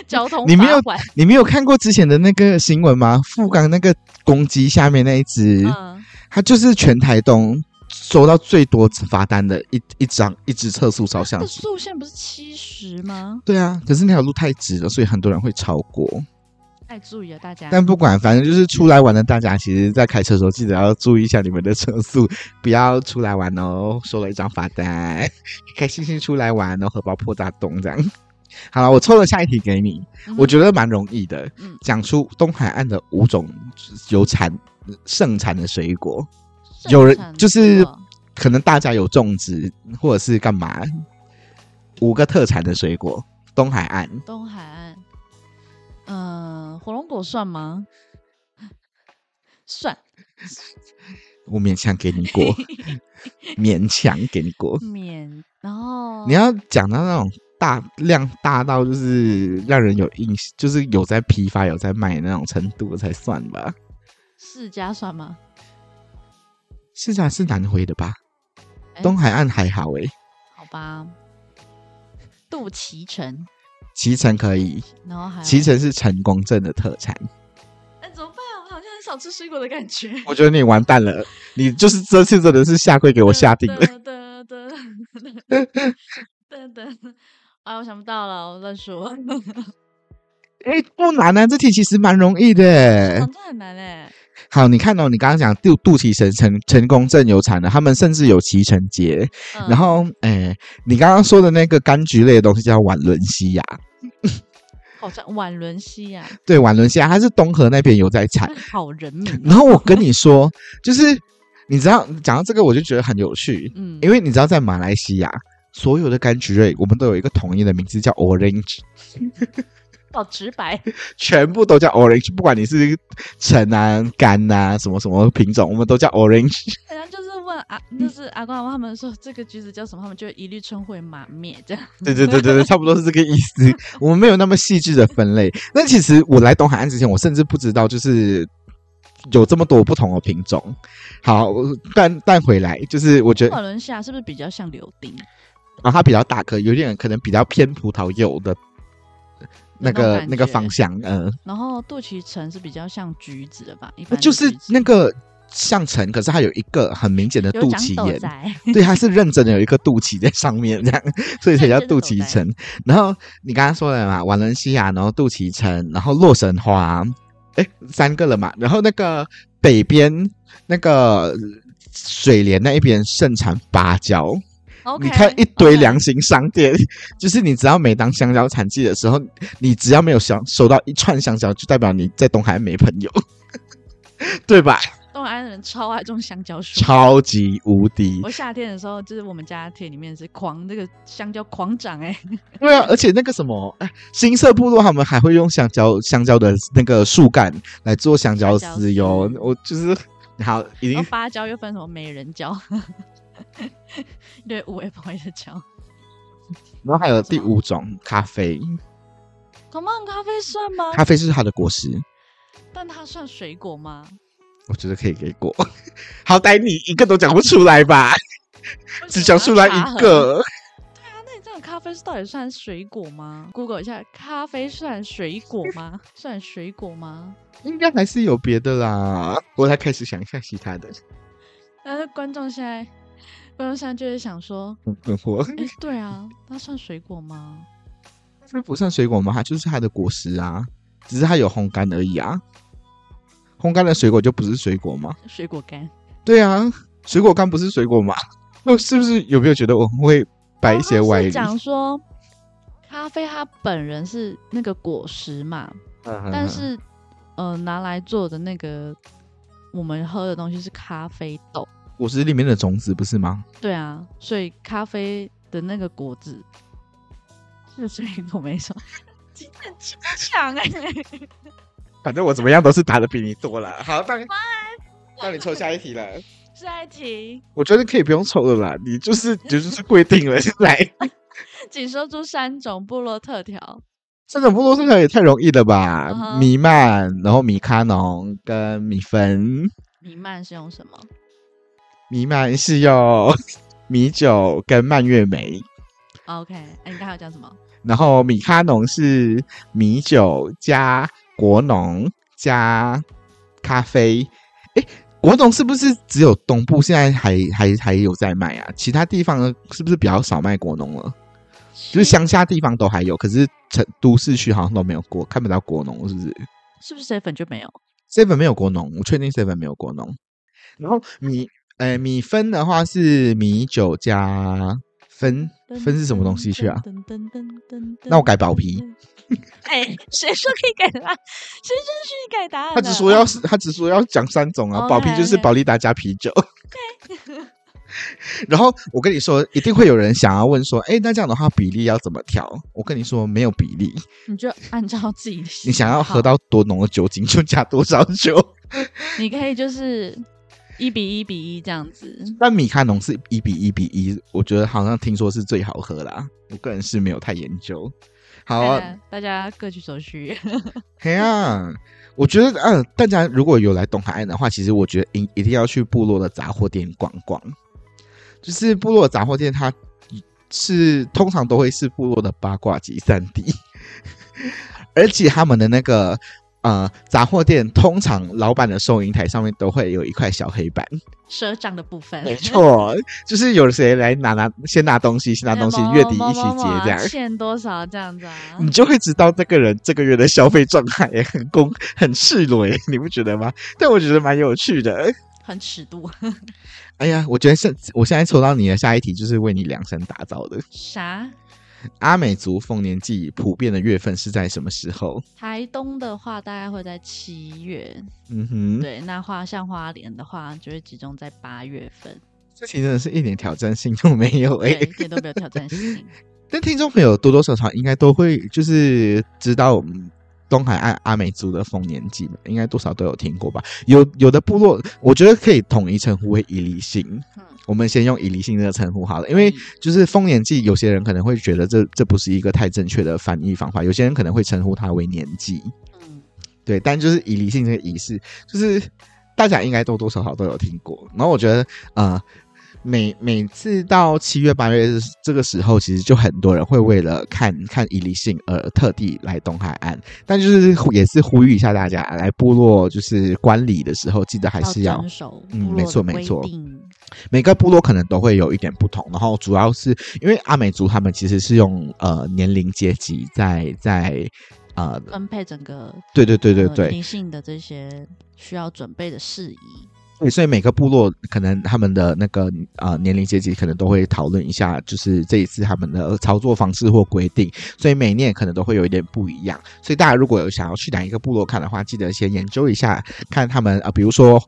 [SPEAKER 2] 交通
[SPEAKER 1] 你没有
[SPEAKER 2] 罚款
[SPEAKER 1] 你没有看过之前的那个新闻吗？富冈那个公鸡下面那一只，
[SPEAKER 2] 嗯，
[SPEAKER 1] 它就是全台东收到最多罚单的一一张一只测速照
[SPEAKER 2] 那
[SPEAKER 1] 相机。
[SPEAKER 2] 速限不是七十吗？
[SPEAKER 1] 对啊，可是那条路太直了，所以很多人会超过。
[SPEAKER 2] 哎，注意了大家。
[SPEAKER 1] 但不管，反正就是出来玩的大家，其实在开车的时候记得要注意一下你们的车速，不要出来玩哦，收了一张罚单，开开心心出来玩，然哦后荷包破大洞这样。好了，我抽了下一题给你，
[SPEAKER 2] 嗯哼
[SPEAKER 1] 我觉得蛮容易的
[SPEAKER 2] 嗯，
[SPEAKER 1] 讲出东海岸的五种有产盛产的水果，
[SPEAKER 2] 盛
[SPEAKER 1] 有人
[SPEAKER 2] 产
[SPEAKER 1] 就是
[SPEAKER 2] 果
[SPEAKER 1] 可能大家有种植或者是干嘛，五个特产的水果，东海岸
[SPEAKER 2] 东海岸，嗯，火龙果算吗？ 算，
[SPEAKER 1] 我勉强给你 过，勉强给你过。
[SPEAKER 2] 嗯免，然后
[SPEAKER 1] 你要讲到那种大量大到就是让人有印，就是有在批发有在卖的那种程度才算吧。
[SPEAKER 2] 世家算吗？
[SPEAKER 1] 是啊，是南回的吧？
[SPEAKER 2] 哎
[SPEAKER 1] 东海岸还好诶、欸
[SPEAKER 2] 好吧，杜脐橙，
[SPEAKER 1] 脐橙可以，
[SPEAKER 2] 然后还有
[SPEAKER 1] 脐，橙是成功镇的特产。
[SPEAKER 2] 哎，怎么办？我好像很少吃水果的感觉。
[SPEAKER 1] 我觉得你完蛋了，你就是这次真的是下跪给我下定了。
[SPEAKER 2] 了。等等，啊，我想不到了，我乱说。
[SPEAKER 1] 哎、不难啊，这题其实蛮容易的、
[SPEAKER 2] 哦，这很难哎。
[SPEAKER 1] 好，你看哦，你刚刚讲肚肚脐橙成成功镇有产的，他们甚至有脐橙节。
[SPEAKER 2] 嗯
[SPEAKER 1] 然后，哎、你刚刚说的那个柑橘类的东西叫晚啊伦西亚，
[SPEAKER 2] 好像宛伦西亚，
[SPEAKER 1] 对，晚伦西亚它是东河那边有在产。
[SPEAKER 2] 啊好 人名。啊
[SPEAKER 1] 然后我跟你说，就是你知道讲到这个，我就觉得很有趣，
[SPEAKER 2] 嗯，
[SPEAKER 1] 因为你知道在马来西亚。所有的柑橘类，我们都有一个统一的名字叫 orange，
[SPEAKER 2] 好直白。
[SPEAKER 1] 全部都叫 orange，不管你是橙啊、柑啊、什么什么品种，我们都叫 orange。
[SPEAKER 2] 好像就是问啊，就是阿公阿妈他们说这个橘子叫什么，他们就一律称为马灭这样。
[SPEAKER 1] 对对对对对，差不多是这个意思。我们没有那么细致的分类。那其实我来东海岸之前，我甚至不知道就是有这么多不同的品种。好，但但回来就是我觉得
[SPEAKER 2] 瓦伦西亚是不是比较像柳丁？
[SPEAKER 1] 啊，它比较大颗，有点可能比较偏葡萄柚的那
[SPEAKER 2] 那种
[SPEAKER 1] 个
[SPEAKER 2] 感
[SPEAKER 1] 那个
[SPEAKER 2] 觉
[SPEAKER 1] 方向，嗯、
[SPEAKER 2] 然后杜脐橙是比较像橘子的吧？一般的
[SPEAKER 1] 就是
[SPEAKER 2] 橘子
[SPEAKER 1] 那个像橙，可是它有一个很明显的
[SPEAKER 2] 有
[SPEAKER 1] 肚
[SPEAKER 2] 长
[SPEAKER 1] 脐
[SPEAKER 2] 豆
[SPEAKER 1] 眼。
[SPEAKER 2] 仔，
[SPEAKER 1] 对，它是认真的有一个肚脐在上面，这样， 所以才叫肚脐橙。然后你刚刚说了嘛，瓦伦西亚，然后肚脐橙，然后洛神花，哎，三个了嘛。然后那个北边那个水莲那一边盛产芭蕉
[SPEAKER 2] OK，
[SPEAKER 1] 你看一堆
[SPEAKER 2] OK
[SPEAKER 1] 良心商店就是你只要每当香蕉产季的时候，你只要没有香收到一串香蕉，就代表你在东海岸没朋友， 对吧？
[SPEAKER 2] 东海岸人超爱种香蕉树。
[SPEAKER 1] 超级无 敌。
[SPEAKER 2] 我夏天的时候，就是我们家田里面是狂这个香蕉狂长哎、
[SPEAKER 1] 对啊，而且那个什么，哎，新社部落他们还会用香蕉香蕉的那个树干来做香蕉
[SPEAKER 2] 香蕉
[SPEAKER 1] 丝哦哟
[SPEAKER 2] 丝。
[SPEAKER 1] 我就是好，已
[SPEAKER 2] 然
[SPEAKER 1] 经
[SPEAKER 2] 后芭蕉又分什么美人蕉， 一堆五味不味的蕉。
[SPEAKER 1] 然后还有第五种咖啡，
[SPEAKER 2] 可曼咖啡算吗？
[SPEAKER 1] 咖啡是它的果实，
[SPEAKER 2] 但它算水果吗？
[SPEAKER 1] 我觉得可以给果。 好歹你一个都讲不出来吧， 只讲出来一。个。
[SPEAKER 2] 那你这种咖啡是到底算水果吗？Google 一下，咖啡算水果吗？算水果吗？
[SPEAKER 1] 应该还是有别的啦，我来开始想一下其他的。
[SPEAKER 2] 但是观众现在，观众现在就会想说，
[SPEAKER 1] 嗯嗯我
[SPEAKER 2] 哎、对啊，它算水果吗？
[SPEAKER 1] 这不算水果吗？它就是它的果实啊，只是它有烘干而已啊。烘干的水果就不是水果吗？
[SPEAKER 2] 水果干。
[SPEAKER 1] 对啊，水果干不是水果吗？那是不是有没有觉得我会摆一些歪
[SPEAKER 2] 是
[SPEAKER 1] 理？
[SPEAKER 2] 讲说咖啡它本人是那个果实嘛，
[SPEAKER 1] 嗯
[SPEAKER 2] 但是呃拿来做的那个我们喝的东西是咖啡豆，
[SPEAKER 1] 果实里面的种子不是吗？
[SPEAKER 2] 对啊，所以咖啡的那个果子是水果没错。 真的很强哎、
[SPEAKER 1] 反正我怎么样都是答的比你多了。好，那你那你抽下一题了。
[SPEAKER 2] 下一题，
[SPEAKER 1] 我觉得可以不用抽了啦，你就是你就是规定了。现 在
[SPEAKER 2] 请说出三种部落特调。
[SPEAKER 1] 这种部落生产也太容易了吧
[SPEAKER 2] 嗯哼
[SPEAKER 1] 弥漫，然后米卡农跟米粉，
[SPEAKER 2] 弥漫是用什么？
[SPEAKER 1] 弥漫是用米酒跟蔓越莓，
[SPEAKER 2] OK，哎、你刚才有讲什么？
[SPEAKER 1] 然后米卡农是米酒加果农加咖啡。诶，果农是不是只有东部现在还还还有在卖啊？其他地方是不是比较少卖果农了？就是乡下地方都还有，可是城都市区好像都没有果，看不到果农，是不是
[SPEAKER 2] 是不是水粉就没有？
[SPEAKER 1] ？seven 没有果农，我确定 seven 没有果农。然后米，呃，米芬的话是米酒加芬，芬是什么东西去啊？
[SPEAKER 2] 噔噔噔噔噔
[SPEAKER 1] 那我改薄皮。
[SPEAKER 2] 哎，谁说可以改答？谁说是可以改答案
[SPEAKER 1] 他
[SPEAKER 2] 的？
[SPEAKER 1] 只说要是，他只说要讲三种啊，
[SPEAKER 2] OK，
[SPEAKER 1] 保啤就是
[SPEAKER 2] OK
[SPEAKER 1] 保利达加啤酒。 然后我跟你说，一定会有人想要问说，哎，那这样的话比例要怎么调？我跟你说，没有比例，
[SPEAKER 2] 你就按照自己的喜
[SPEAKER 1] 你想要喝
[SPEAKER 2] 好，
[SPEAKER 1] 到多浓的酒精就加多少酒。
[SPEAKER 2] 你可以就是一比一比一这样子。
[SPEAKER 1] 但米卡农是一比一比一，我觉得好像听说是最好喝啦。我个人是没有太研究。好、啊，
[SPEAKER 2] 哎大家各取所需。
[SPEAKER 1] 嘿啊！我觉得，嗯、大家如果有来东海岸的话，其实我觉得一一定要去部落的杂货店逛逛。就是部落的杂货店，它是通常都会是部落的八卦集散地，而且他们的那个呃杂货店，通常老板的收银台上面都会有一块小黑板，
[SPEAKER 2] 赊账的部分，
[SPEAKER 1] 没错，就是有谁来拿拿先拿东西，先拿东西，月底一起
[SPEAKER 2] 哎
[SPEAKER 1] 结这样。嗯
[SPEAKER 2] 欠多少这样子啊？
[SPEAKER 1] 你就会知道这个人这个月的消费状态也很公 很赤裸耶，你不觉得吗？但我觉得蛮有趣的。
[SPEAKER 2] 很尺度，
[SPEAKER 1] 哎呀，我觉得是我现在抽到你的下一题，就是为你量身打造的。
[SPEAKER 2] 啥？
[SPEAKER 1] 阿美族丰年祭普遍的月份是在什么时候？
[SPEAKER 2] 台东的话大概会在七月，
[SPEAKER 1] 嗯哼，
[SPEAKER 2] 对，那花像花莲的话就会集中在八月 份，
[SPEAKER 1] 这题真的是一点挑战性都没有哎、
[SPEAKER 2] 对，一点都没有挑 战性。
[SPEAKER 1] 但听众朋友多多少少应该都会就是知道我们东海岸阿美族的丰年祭吧，应该多少都有听过吧。有有的部落，我觉得可以统一称呼为以离性。
[SPEAKER 2] 嗯
[SPEAKER 1] 我们先用以离性这个称呼好了，因为就是丰年祭，有些人可能会觉得这这不是一个太正确的翻译方法，有些人可能会称呼它为年祭。
[SPEAKER 2] 嗯，
[SPEAKER 1] 对，但就是以离性这个仪式，就是大家应该多多少少都有听过。然后我觉得，呃，每每次到七月八月这个时候，其实就很多人会为了看看以离性而特地来东海岸，但就是呼也是呼吁一下大家，来部落就是观礼的时候，记得还是要
[SPEAKER 2] 遵守
[SPEAKER 1] 嗯
[SPEAKER 2] 部
[SPEAKER 1] 没
[SPEAKER 2] 落
[SPEAKER 1] 错
[SPEAKER 2] 的
[SPEAKER 1] 没
[SPEAKER 2] 规
[SPEAKER 1] 错
[SPEAKER 2] 定，
[SPEAKER 1] 每个部落可能都会有一点不同，然后主要是因为阿美族他们其实是用呃年龄阶级在在呃，
[SPEAKER 2] 分配整个呃
[SPEAKER 1] 对对对对对，
[SPEAKER 2] 灵性的这些需要准备的事宜。
[SPEAKER 1] 对，所以每个部落可能他们的那个呃年龄阶级可能都会讨论一下，就是这一次他们的操作方式或规定，所以每年可能都会有一点不一样。所以大家如果有想要去哪一个部落看的话，记得先研究一下，看他们啊、呃比如说。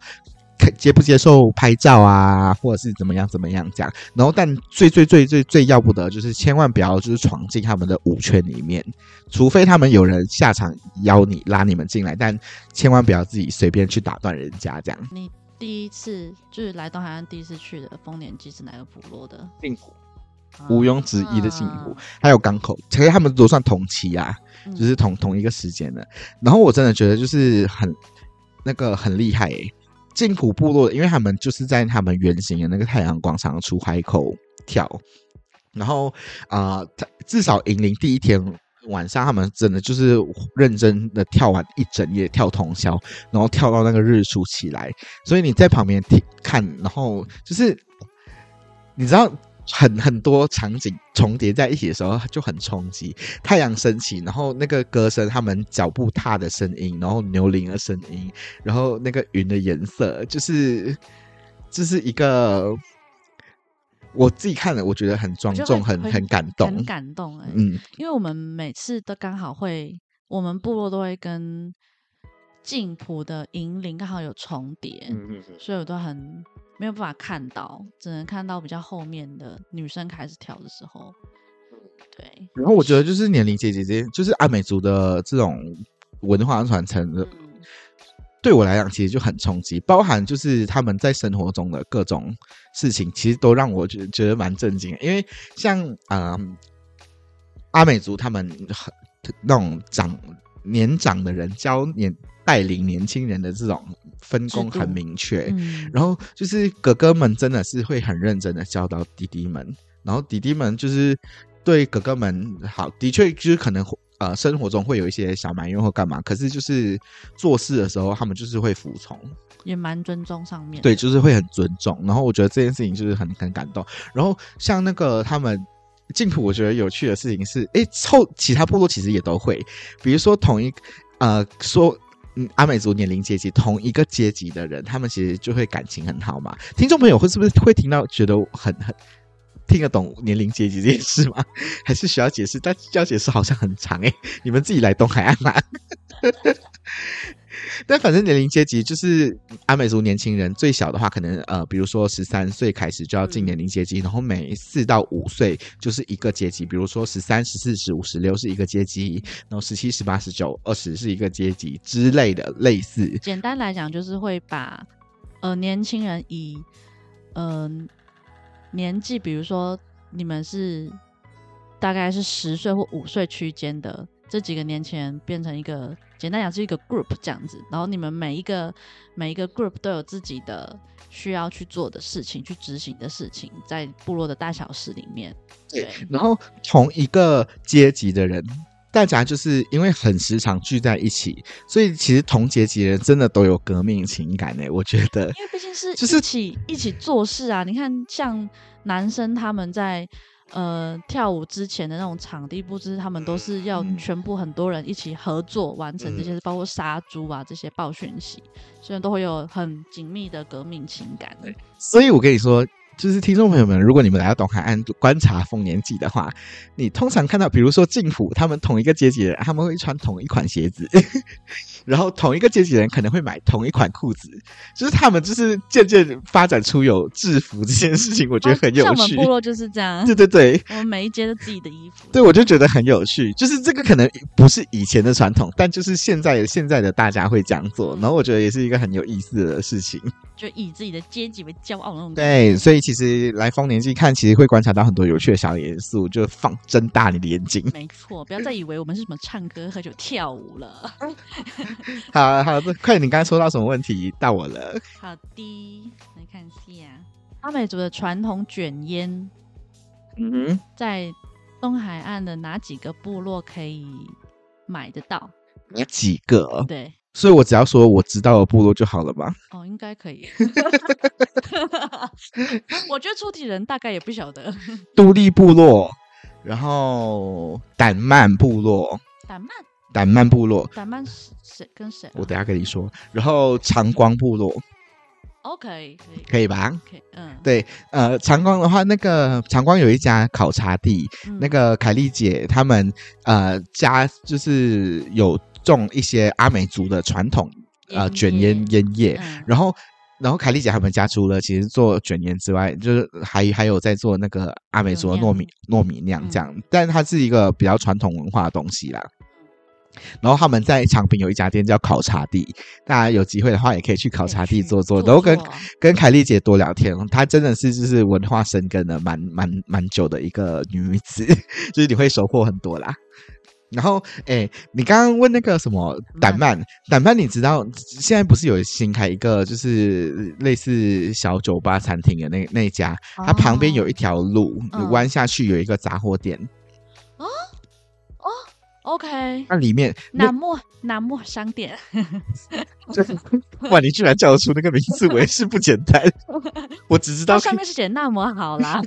[SPEAKER 1] 看接不接受拍照啊，或者是怎么样怎么样这样，然后但最最最最最要不得就是千万不要就是闯进他们的舞圈里面，除非他们有人下场邀你拉你们进来，但千万不要自己随便去打断人家这样。
[SPEAKER 2] 第一次就是来东海岸第一次去的丰年祭是哪个部落的？啊
[SPEAKER 1] 令狐毋庸置疑的幸
[SPEAKER 2] 幸
[SPEAKER 1] 福
[SPEAKER 2] 福，
[SPEAKER 1] 还有港口，其实他们都算同期啊，
[SPEAKER 2] 嗯
[SPEAKER 1] 就是同同一个时间的。然后我真的觉得就是很那个很厉害诶、欸近古部落，因为他们就是在他们原型的那个太阳广场出海口跳，然后啊、呃他至少引领第一天晚上，他们真的就是认真的跳完一整夜，跳通宵，然后跳到那个日出起来。所以你在旁边听看，然后就是你知道很很多场景重叠在一起的时候就很冲击。太阳升起，然后那个歌声，他们脚步踏的声音，然后牛铃的声音，然后那个云的颜色，就是就是一个我自己看了，我觉得很庄
[SPEAKER 2] 我觉得
[SPEAKER 1] 重，
[SPEAKER 2] 会
[SPEAKER 1] 很
[SPEAKER 2] 会
[SPEAKER 1] 很感动，
[SPEAKER 2] 很感动哎、
[SPEAKER 1] 嗯，
[SPEAKER 2] 因为我们每次都刚好会，我们部落都会跟静浦的银铃刚好有重叠，
[SPEAKER 1] 嗯
[SPEAKER 2] 所以我都很没有办法看到，只能看到比较后面的女生开始跳的时候。对，
[SPEAKER 1] 然后我觉得就是年龄阶级之间，就是阿美族的这种文化传承的
[SPEAKER 2] 嗯，
[SPEAKER 1] 对我来讲其实就很冲击，包含就是他们在生活中的各种事情，其实都让我觉觉得蛮震惊的。因为像啊、呃阿美族他们很那种长年长的人教年带领年轻人的这种分工
[SPEAKER 2] 制度
[SPEAKER 1] 很明确，
[SPEAKER 2] 嗯
[SPEAKER 1] 然后就是哥哥们真的是会很认真的教导弟弟们，然后弟弟们就是对哥哥们好，的确就是可能呃生活中会有一些小埋怨或干嘛，可是就是做事的时候他们就是会服从，
[SPEAKER 2] 也蛮尊重上面的。
[SPEAKER 1] 对，就是会很尊重。然后我觉得这件事情就是很很感动。然后像那个他们净土，我觉得有趣的事情是，诶，后其他部落其实也都会，比如说同一呃说。嗯，阿美族年龄阶级同一个阶级的人，他们其实就会感情很好嘛。听众朋友会是不是会听到觉得我很很听得懂年龄阶级这件事吗？还是需要解释？但要解释好像很长诶、你们自己来东海岸啦、 但反正年龄阶级就是阿美族年轻人最小的话，可能呃，比如说十三岁开始就要进年龄阶级，然后每四到五岁就是一个阶级，比如说十三、十四、十五、十六是一个阶级，然后十七、十八、十九、二十是一个阶级之类的，类似。
[SPEAKER 2] 简单来讲，就是会把呃年轻人以嗯、年纪，比如说你们是大概是十岁或五岁区间的这几个年轻人，变成一个简单讲是一个 group 这样子，然后你们每一个每一个 group 都有自己的需要去做的事情，去执行的事情，在部落的大小事里面，
[SPEAKER 1] 对
[SPEAKER 2] 对
[SPEAKER 1] 然后同一个阶级的人，大家就是因为很时常聚在一起，所以其实同阶级的人真的都有革命情感呢、欸我觉得
[SPEAKER 2] 因为毕竟是
[SPEAKER 1] 就
[SPEAKER 2] 一
[SPEAKER 1] 是
[SPEAKER 2] 起一起做事啊。你看，像男生他们在呃跳舞之前的那种场地布置，他们都是要
[SPEAKER 1] 嗯
[SPEAKER 2] 全部很多人一起合作完成这些，包括杀猪啊这些报讯息，所以都会有很紧密的革命情感。
[SPEAKER 1] 所以我跟你说，就是听众朋友们，如果你们来到东海岸观察丰年祭的话，你通常看到，比如说静浦，他们同一个阶级的人，他们会穿同一款鞋子， 然后同一个阶级的人可能会买同一款裤子，就是他们就是渐渐发展出有制服这件事情，我觉得很有
[SPEAKER 2] 哦像我们
[SPEAKER 1] 趣。
[SPEAKER 2] 部落就是这样
[SPEAKER 1] 对，对对，
[SPEAKER 2] 我们每一阶都自己的衣服。
[SPEAKER 1] 对，我就觉得很有趣，就是这个可能不是以前的传统，但就是现在现在的大家会这样做，
[SPEAKER 2] 嗯
[SPEAKER 1] 然后我觉得也是一个很有意思的事情。
[SPEAKER 2] 就以自己的阶级为骄傲的那种感觉。
[SPEAKER 1] 对，所以其实来丰年祭看，其实会观察到很多有趣的小元素，就放睁大你的眼睛。
[SPEAKER 2] 没错，不要再以为我们是什么唱歌、喝酒、跳舞了。
[SPEAKER 1] 好好，这快点，你刚才说到什么问题？到我了。
[SPEAKER 2] 好的，来看啊一下阿美族的传统卷烟，
[SPEAKER 1] 嗯，
[SPEAKER 2] 在东海岸的哪几个部落可以买得到？
[SPEAKER 1] 有几个？
[SPEAKER 2] 对，
[SPEAKER 1] 所以我只要说我知道的部落就好了吧？
[SPEAKER 2] 哦，应该可 以。我觉得出题人大概也不晓得。
[SPEAKER 1] 独立部落，然后胆曼部落，
[SPEAKER 2] 胆曼，
[SPEAKER 1] 胆曼部落，
[SPEAKER 2] 胆曼是谁跟谁、啊？
[SPEAKER 1] 我等一下跟你说。然后长光部落，
[SPEAKER 2] OK，可以，
[SPEAKER 1] 可以吧？
[SPEAKER 2] 可以，嗯，
[SPEAKER 1] 对呃，长光的话，那个长光有一家烤茶地，
[SPEAKER 2] 嗯
[SPEAKER 1] 那个凯丽姐他们呃家就是有种一些阿美族的传统呃卷烟
[SPEAKER 2] 叶，
[SPEAKER 1] 烟叶，
[SPEAKER 2] 嗯
[SPEAKER 1] 然后然后凯丽姐他们家除了其实做卷烟之外，就是还还有在做那个阿美族的糯米糯米酿这样，但它是一个比较传统文化的东西啦。然后他们在长平有一家店叫烤茶地，大家有机会的话也可以去烤茶地
[SPEAKER 2] 去
[SPEAKER 1] 坐坐，
[SPEAKER 2] 坐
[SPEAKER 1] 然后跟
[SPEAKER 2] 坐
[SPEAKER 1] 跟凯丽姐多聊天，她真的是就是文化生根了蛮蛮蛮久的一个女子， 就是你会收获很多啦。然后，哎，你刚刚问那个什么
[SPEAKER 2] 啊
[SPEAKER 1] 胆曼，胆曼，你知道现在不是有新开一个就是类似小酒吧餐厅的那那一家，它旁边有一条路、
[SPEAKER 2] 哦嗯
[SPEAKER 1] 弯下去有一个杂货店，
[SPEAKER 2] OK
[SPEAKER 1] 那里面
[SPEAKER 2] 南莫南莫商店，
[SPEAKER 1] 哇，你居然叫得出那个名字，我也是不简 单。我只知道
[SPEAKER 2] 它，上面是写那么好 啦。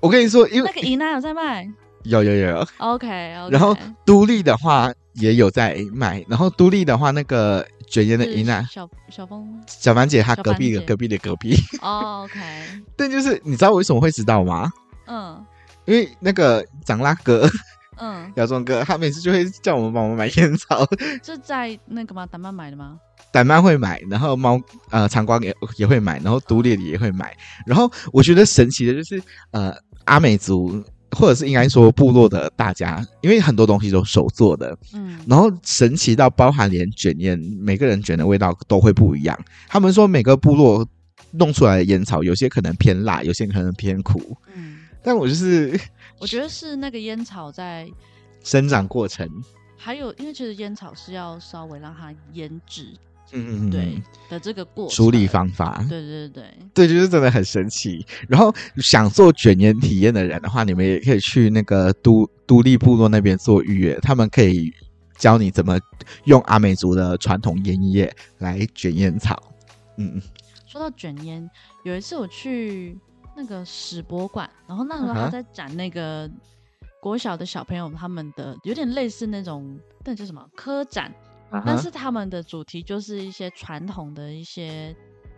[SPEAKER 1] 我跟你说，因为
[SPEAKER 2] 那个银娜有在卖
[SPEAKER 1] 有有有有，
[SPEAKER 2] ，OK，, o k
[SPEAKER 1] 然后独立的话也有在卖，然后独立的话，那个卷烟的
[SPEAKER 2] 是
[SPEAKER 1] 伊娜
[SPEAKER 2] 小小峰
[SPEAKER 1] 小凡姐她
[SPEAKER 2] 嗯小
[SPEAKER 1] 隔壁
[SPEAKER 2] 凡
[SPEAKER 1] 的
[SPEAKER 2] 姐
[SPEAKER 1] 隔壁的隔壁，
[SPEAKER 2] 哦，OK，
[SPEAKER 1] 但就是你知道我为什么会知道吗？
[SPEAKER 2] 嗯
[SPEAKER 1] 因为那个长拉哥、
[SPEAKER 2] 嗯，
[SPEAKER 1] 姚壮哥，他每次就会叫我们帮我们买烟草，
[SPEAKER 2] 是在那个吗？达曼买的吗？
[SPEAKER 1] 胆曼会买，然后猫呃长光也也会买，然后独立的也会买。然后我觉得神奇的就是呃阿美族或者是应该说部落的大家，因为很多东西都手做的，
[SPEAKER 2] 嗯，
[SPEAKER 1] 然后神奇到包含连卷烟，每个人卷的味道都会不一样。他们说每个部落弄出来的烟草，有些可能偏辣，有些可能偏苦。
[SPEAKER 2] 嗯，
[SPEAKER 1] 但我就是
[SPEAKER 2] 我觉得是那个烟草在，
[SPEAKER 1] 生长过程，
[SPEAKER 2] 还有因为其实烟草是要稍微让它腌制
[SPEAKER 1] 嗯，
[SPEAKER 2] 对的这个过程
[SPEAKER 1] 处理，方法，
[SPEAKER 2] 对对对对，
[SPEAKER 1] 对，就是真的很神奇。然后想做卷烟体验的人的话，你们也可以去那个都独立部落那边做预约，他们可以教你怎么用阿美族的传统烟叶来卷烟草。嗯，
[SPEAKER 2] 说到卷烟，有一次我去那个史博馆，然后那时候
[SPEAKER 1] 嗯哼
[SPEAKER 2] 他在展那个国小的小朋友他们的，有点类似那种那叫什么科展，
[SPEAKER 1] 嗯
[SPEAKER 2] 但是他们的主题就是一些传统的一些，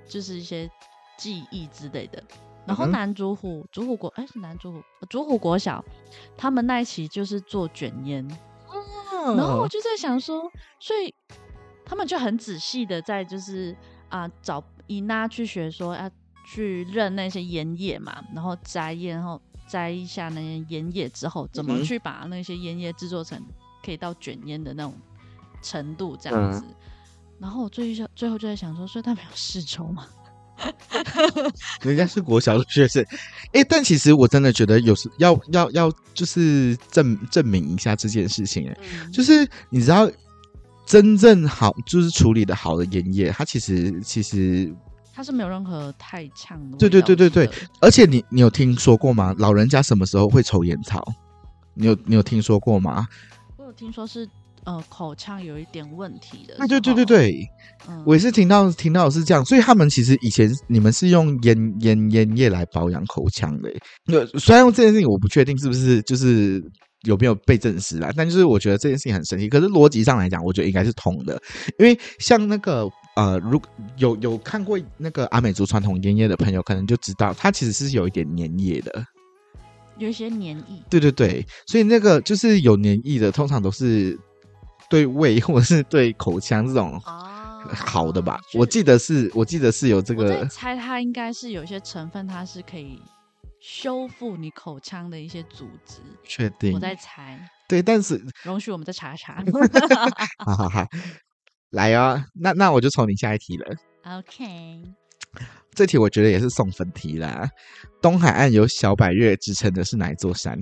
[SPEAKER 2] 就是一些技艺之类的。然
[SPEAKER 1] 嗯
[SPEAKER 2] 后
[SPEAKER 1] 哼
[SPEAKER 2] 南竹虎、竹虎国，哎、是南竹虎、竹虎国小，他们那一期就是做卷烟，
[SPEAKER 1] 哼
[SPEAKER 2] 然后我就在想说，所以他们就很仔细的在就是啊、找伊娜去学说要去认那些烟叶嘛，然后摘烟，然后摘一下那些烟叶之后，怎
[SPEAKER 1] 嗯
[SPEAKER 2] 么
[SPEAKER 1] 哼
[SPEAKER 2] 去把
[SPEAKER 1] 嗯
[SPEAKER 2] 那些烟叶制作成可以到卷烟的那种程度这样子。然后我最想最后就在想说，所以他没有试抽吗？
[SPEAKER 1] 人家是国小的学生， 哎、但其实我真的觉得有时要要要就是证证明一下这件事情、诶
[SPEAKER 2] 嗯，
[SPEAKER 1] 就是你知道真正好就是处理的好的盐业，它其实其实，
[SPEAKER 2] 它是没有任何太呛的味道。
[SPEAKER 1] 对对对对对
[SPEAKER 2] 我记得，
[SPEAKER 1] 而且你你有听说过吗？老人家什么时候会抽烟草？你有你有听说过吗？
[SPEAKER 2] 我有听说是呃口腔有一点问题的。
[SPEAKER 1] 对对对对，对，
[SPEAKER 2] 嗯，
[SPEAKER 1] 我也是听到听到是这样，所以他们其实以前你们是用烟烟烟叶来保养口腔的耶。欸那虽然这件事情我不确定是不是就是有没有被证实啦，但就是我觉得这件事情很神奇。可是逻辑上来讲，我觉得应该是通的，因为像那个呃，如有有看过那个阿美族传统烟叶的朋友，可能就知道它其实是有一点粘液的。
[SPEAKER 2] 有一些黏液。
[SPEAKER 1] 对对对，所以那个就是有粘液的，通常都是对胃或者是对口腔这种
[SPEAKER 2] 哦
[SPEAKER 1] 好的吧？我记得是，我记得是有这
[SPEAKER 2] 我在
[SPEAKER 1] 个，
[SPEAKER 2] 猜它应该是有一些成分，它是可以修复你口腔的一些组织。
[SPEAKER 1] 确定
[SPEAKER 2] 我。在猜，
[SPEAKER 1] 对，但是
[SPEAKER 2] 容许我们再查 查。
[SPEAKER 1] 哈
[SPEAKER 2] 哦
[SPEAKER 1] 哈哈，来啊，那那我就从你下一题了。
[SPEAKER 2] OK，
[SPEAKER 1] 这题我觉得也是送分题啦。东海岸有小百岳之称的是哪一座山？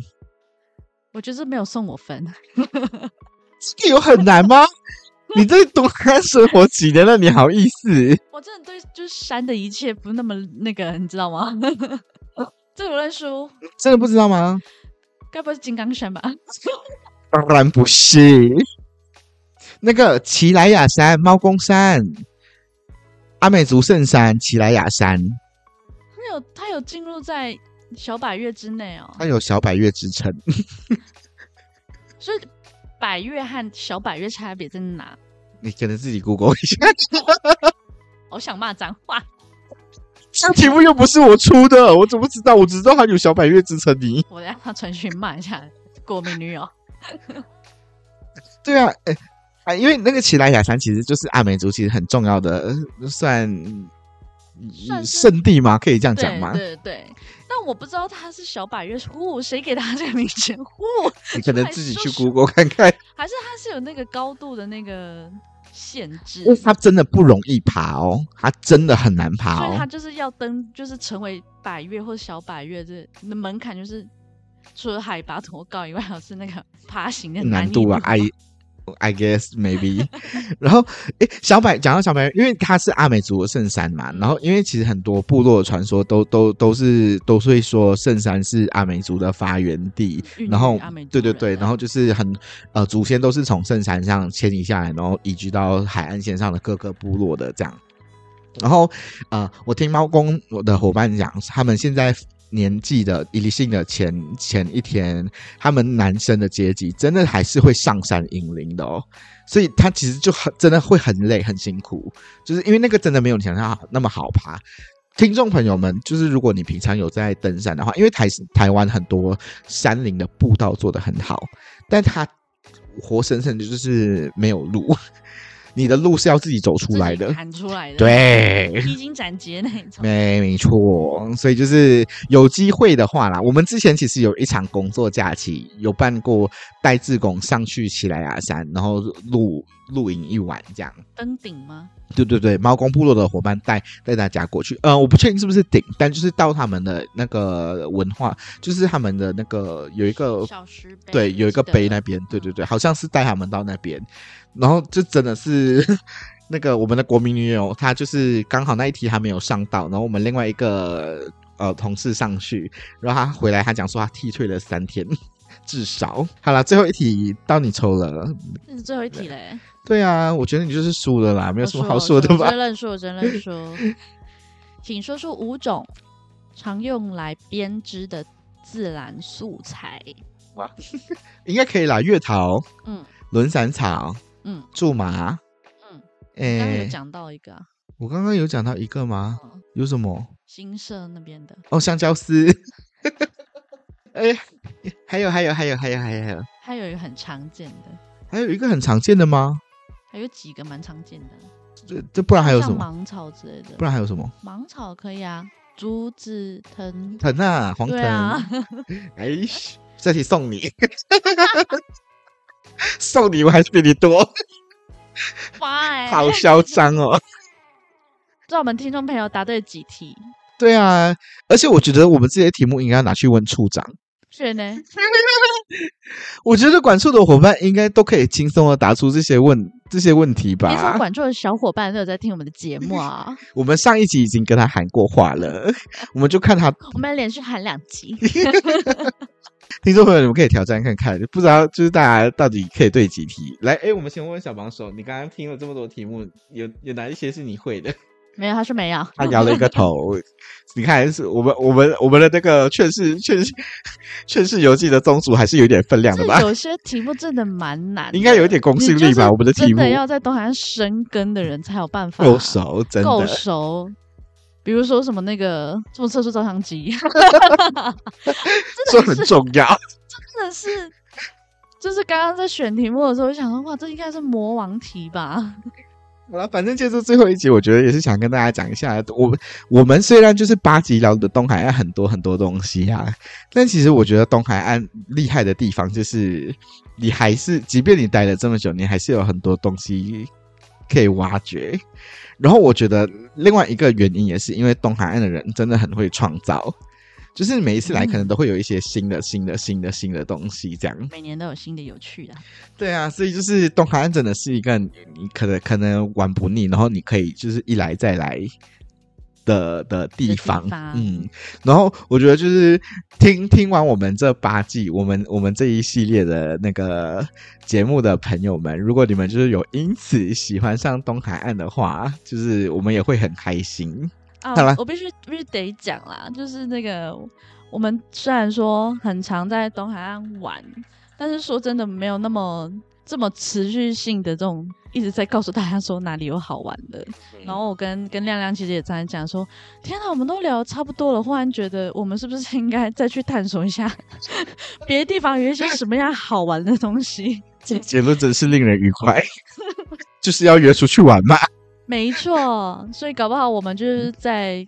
[SPEAKER 2] 我觉得这没有送我分。
[SPEAKER 1] 这个有很难吗？你 在东海岸生活几年了？你好意思？
[SPEAKER 2] 我真的对就是山的一切不那么那个，你知道吗？ 这我认输，
[SPEAKER 1] 真的不知道吗？
[SPEAKER 2] 该不会是金刚山吧？
[SPEAKER 1] 当然不是。那个奇莱雅山、猫公山、阿美族圣山、奇莱雅山，
[SPEAKER 2] 它有它有进入在小百月之内哦，
[SPEAKER 1] 它有小百岳之称。
[SPEAKER 2] 所以百月和小百月差别在哪？
[SPEAKER 1] 你可能自己 Google 一下。
[SPEAKER 2] 我想骂脏话，
[SPEAKER 1] 这题目又不是我出的，我怎么知道？我只知道它有小百月之称你。
[SPEAKER 2] 我让他传讯骂一下国民女友。
[SPEAKER 1] 对啊，哎、啊，因为那个奇莱雅山其实就是阿美族其实很重要的，呃算
[SPEAKER 2] 算是
[SPEAKER 1] 圣地吗？可以这样 讲
[SPEAKER 2] 对
[SPEAKER 1] 吗？
[SPEAKER 2] 对对，但我不知道他是小百月户，谁给他这个名称户？
[SPEAKER 1] 你可能自己去
[SPEAKER 2] 出来说嗯
[SPEAKER 1] Google 看看，
[SPEAKER 2] 还是他是有那个高度的那个限制？
[SPEAKER 1] 因为它真的不容易爬哦，它真的很难爬
[SPEAKER 2] 所以他
[SPEAKER 1] 哦。
[SPEAKER 2] 就是要登，就是成为百越或小百越这那门槛，就是除了海拔多高以外，还有是那个爬行的
[SPEAKER 1] 难
[SPEAKER 2] 易
[SPEAKER 1] 度啊，I I guess maybe 。 然后，诶，小百讲到小百，因为它是阿美族的圣山嘛，然后因为其实很多部落的传说都都都是都是会说圣山是阿美族的发源地
[SPEAKER 2] 孕，育
[SPEAKER 1] 然后
[SPEAKER 2] 嗯阿美族
[SPEAKER 1] 对对
[SPEAKER 2] 人
[SPEAKER 1] 对，
[SPEAKER 2] 的
[SPEAKER 1] 然后就是很呃祖先都是从圣山上迁移下来，然后移居到海岸线上的各个部落的这样。然后，呃，我听猫公我的伙伴讲，他们现在年纪的一立性的前前一天，他们男生的阶级真的还是会上山引领的哦，所以他其实就很真的会很累很辛苦，就是因为那个真的没有你想象那么好爬。听众朋友们，就是如果你平常有在登山的话，因为台台湾很多山林的步道做得很好，但它活生生的就是没有路，你的路是要自己走出来的，
[SPEAKER 2] 弹出来的，，
[SPEAKER 1] 对。
[SPEAKER 2] 披荆斩棘那一种。
[SPEAKER 1] 没没错，所以就是有机会的话啦，我们之前其实有一场工作假期，有办过带志工上去奇莱雅山，然后露露营一晚这样。
[SPEAKER 2] 登顶吗？
[SPEAKER 1] 对对对，猫公部落的伙伴带带大家过去，呃，我不确定是不是顶，但就是到他们的那个文化，就是他们的那个有一个
[SPEAKER 2] 小石碑，
[SPEAKER 1] 呃对，有一个
[SPEAKER 2] 记得嗯
[SPEAKER 1] 碑那边，对对对，好像是带他们到那边，然后就真的是 那个我们的国民女友，她就是刚好那一题她没有上到，然后我们另外一个呃同事上去，然后她回来她讲说她踢退了三天， 至少好了，最后一题到你抽了，
[SPEAKER 2] 这是最后一题嘞，
[SPEAKER 1] 对啊，我觉得你就是输了啦，没有什么好
[SPEAKER 2] 我
[SPEAKER 1] 说的
[SPEAKER 2] 我
[SPEAKER 1] 吧
[SPEAKER 2] 真？认输，我真认输。请说出五种常用来编织的自然素材。
[SPEAKER 1] 应该可以啦，月桃、
[SPEAKER 2] 嗯
[SPEAKER 1] 轮伞草、
[SPEAKER 2] 嗯
[SPEAKER 1] 苎麻，
[SPEAKER 2] 嗯，刚刚有
[SPEAKER 1] 哎，
[SPEAKER 2] 讲到一个啊
[SPEAKER 1] 我刚刚有讲到一个吗？
[SPEAKER 2] 嗯
[SPEAKER 1] 有什么？
[SPEAKER 2] 新社那边的，
[SPEAKER 1] 哦，香蕉丝。 哎、还有还有还有还有还有还有
[SPEAKER 2] 还有一个很常见的，
[SPEAKER 1] 还有一个很常见的吗？
[SPEAKER 2] 还有几个蛮常见的，
[SPEAKER 1] 这这不然还有什
[SPEAKER 2] 像
[SPEAKER 1] 么？
[SPEAKER 2] 芒草之类的
[SPEAKER 1] 不。然还有什么？
[SPEAKER 2] 芒草可以啊，竹子藤，
[SPEAKER 1] 藤啊，黄藤。
[SPEAKER 2] 对啊，
[SPEAKER 1] 哎， 这题送你，送你我还是比你多。
[SPEAKER 2] 发 哎、
[SPEAKER 1] 好嚣张哦！
[SPEAKER 2] 让我们听众朋友答对几题？
[SPEAKER 1] 对啊，而且我觉得我们这些题目应该拿去问处长。
[SPEAKER 2] 是呢，
[SPEAKER 1] 我觉得管处的伙伴应该都可以轻松的答出这些问这些问题
[SPEAKER 2] 别说
[SPEAKER 1] 吧。
[SPEAKER 2] 管住的小伙伴都有在听我们的节 目啊，
[SPEAKER 1] 我们上一集已经跟他喊过话了， 我们就看他
[SPEAKER 2] 我们连续喊两集。
[SPEAKER 1] 听众朋友，你们可以挑战看看，不知道就是大家到底可以对几题。来，哎，我们先问问小榜首，你刚刚听了这么多题目，有有哪一些是你会 的？
[SPEAKER 2] 没有，他说没有，
[SPEAKER 1] 他摇了一个头，你看是我们我们我们的那个劝世劝世 劝世游记的宗主还是有点分量的吧
[SPEAKER 2] 这？有些题目真的蛮难的，
[SPEAKER 1] 应该有一点公信力吧？我们的题
[SPEAKER 2] 真
[SPEAKER 1] 目
[SPEAKER 2] 的要在东海岸深耕的人才有办 法
[SPEAKER 1] 够熟，真
[SPEAKER 2] 够
[SPEAKER 1] 的。
[SPEAKER 2] 熟。比如说什么那个什么测速照相机，
[SPEAKER 1] 这很重要。
[SPEAKER 2] 真的是，就是刚刚在选题目的时候，我想说哇，这应该是魔王题吧？
[SPEAKER 1] 好了，反正接着最后一集，我觉得也是想跟大家讲一下，我们我们虽然就是八集聊的东海岸很多很多东西啊，但其实我觉得东海岸厉害的地方就是，你还是即便你待了这么久，你还是有很多东西可以挖掘。然后我觉得另外一个原因也是因为东海岸的人真的很会创造，就是每一次来可能都会有一些新的、新的、新的、新的东西这样。
[SPEAKER 2] 每年都有新的有趣的，
[SPEAKER 1] 对啊，所以就是东海岸真的是一个你你可能可能玩不腻，然后你可以就是一来再来的的地方，
[SPEAKER 2] 的地方
[SPEAKER 1] 嗯，然后我觉得就是听听完我们这八季，我们我们这一系列的那个节目的朋友们，如果你们就是有因此喜欢上东海岸的话，就是我们也会很开心。
[SPEAKER 2] 啊
[SPEAKER 1] 好啦，
[SPEAKER 2] 我必须必须得讲啦，就是那个我们虽然说很常在东海岸玩，但是说真的没有那么这么持续性的这种一直在告诉大家说哪里有好玩的。然后我跟跟亮亮其实也常常讲说，天啊哪，我们都聊得差不多了，忽然觉得我们是不是应该再去探索一下 别的地方有一些什么样好玩的东西？
[SPEAKER 1] 结论真是令人愉快， 就是要约出去玩嘛。
[SPEAKER 2] 没错，所以搞不好我们就是在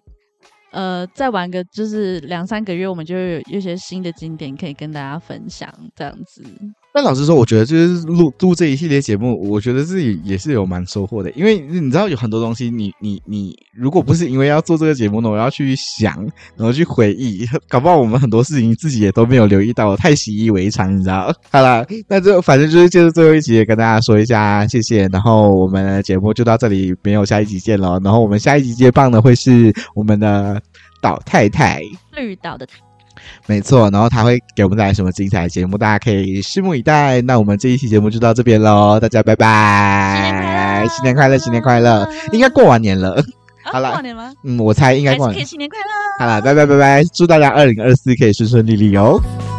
[SPEAKER 2] 呃再玩个就是两三个月，我们就有有一些新的景点可以跟大家分享，这样子。
[SPEAKER 1] 但老实说，我觉得就是录录这一系列节目，我觉得自己也是有蛮收获的，因为你知道有很多东西你，你你如果不是因为要做这个节目呢，我要去想，然后去回忆， 搞不好我们很多事情自己也都没有留意到，太习以为常，你知道？ 好啦，那就反正就是借着最后一集也跟大家说一下，谢谢。然后我们的节目就到这里，没有下一集见了。然后我们下一集接棒的会是我们的岛太太。
[SPEAKER 2] 绿岛的
[SPEAKER 1] 没错，然后他会给我们带来什么精彩的节目，大家可以拭目以待。那我们这一期节目就到这边喽，大家拜拜，
[SPEAKER 2] 新年快乐
[SPEAKER 1] 哎新年快乐，应该过完年了，
[SPEAKER 2] 啊，
[SPEAKER 1] 好啦
[SPEAKER 2] 过年吗？
[SPEAKER 1] 嗯，我猜应该
[SPEAKER 2] 还
[SPEAKER 1] 过
[SPEAKER 2] 是
[SPEAKER 1] 完
[SPEAKER 2] 可以
[SPEAKER 1] 年。
[SPEAKER 2] 新年快乐。
[SPEAKER 1] 好啦，拜拜拜拜，祝大家二零二四可以顺顺利利哦。
[SPEAKER 3] 「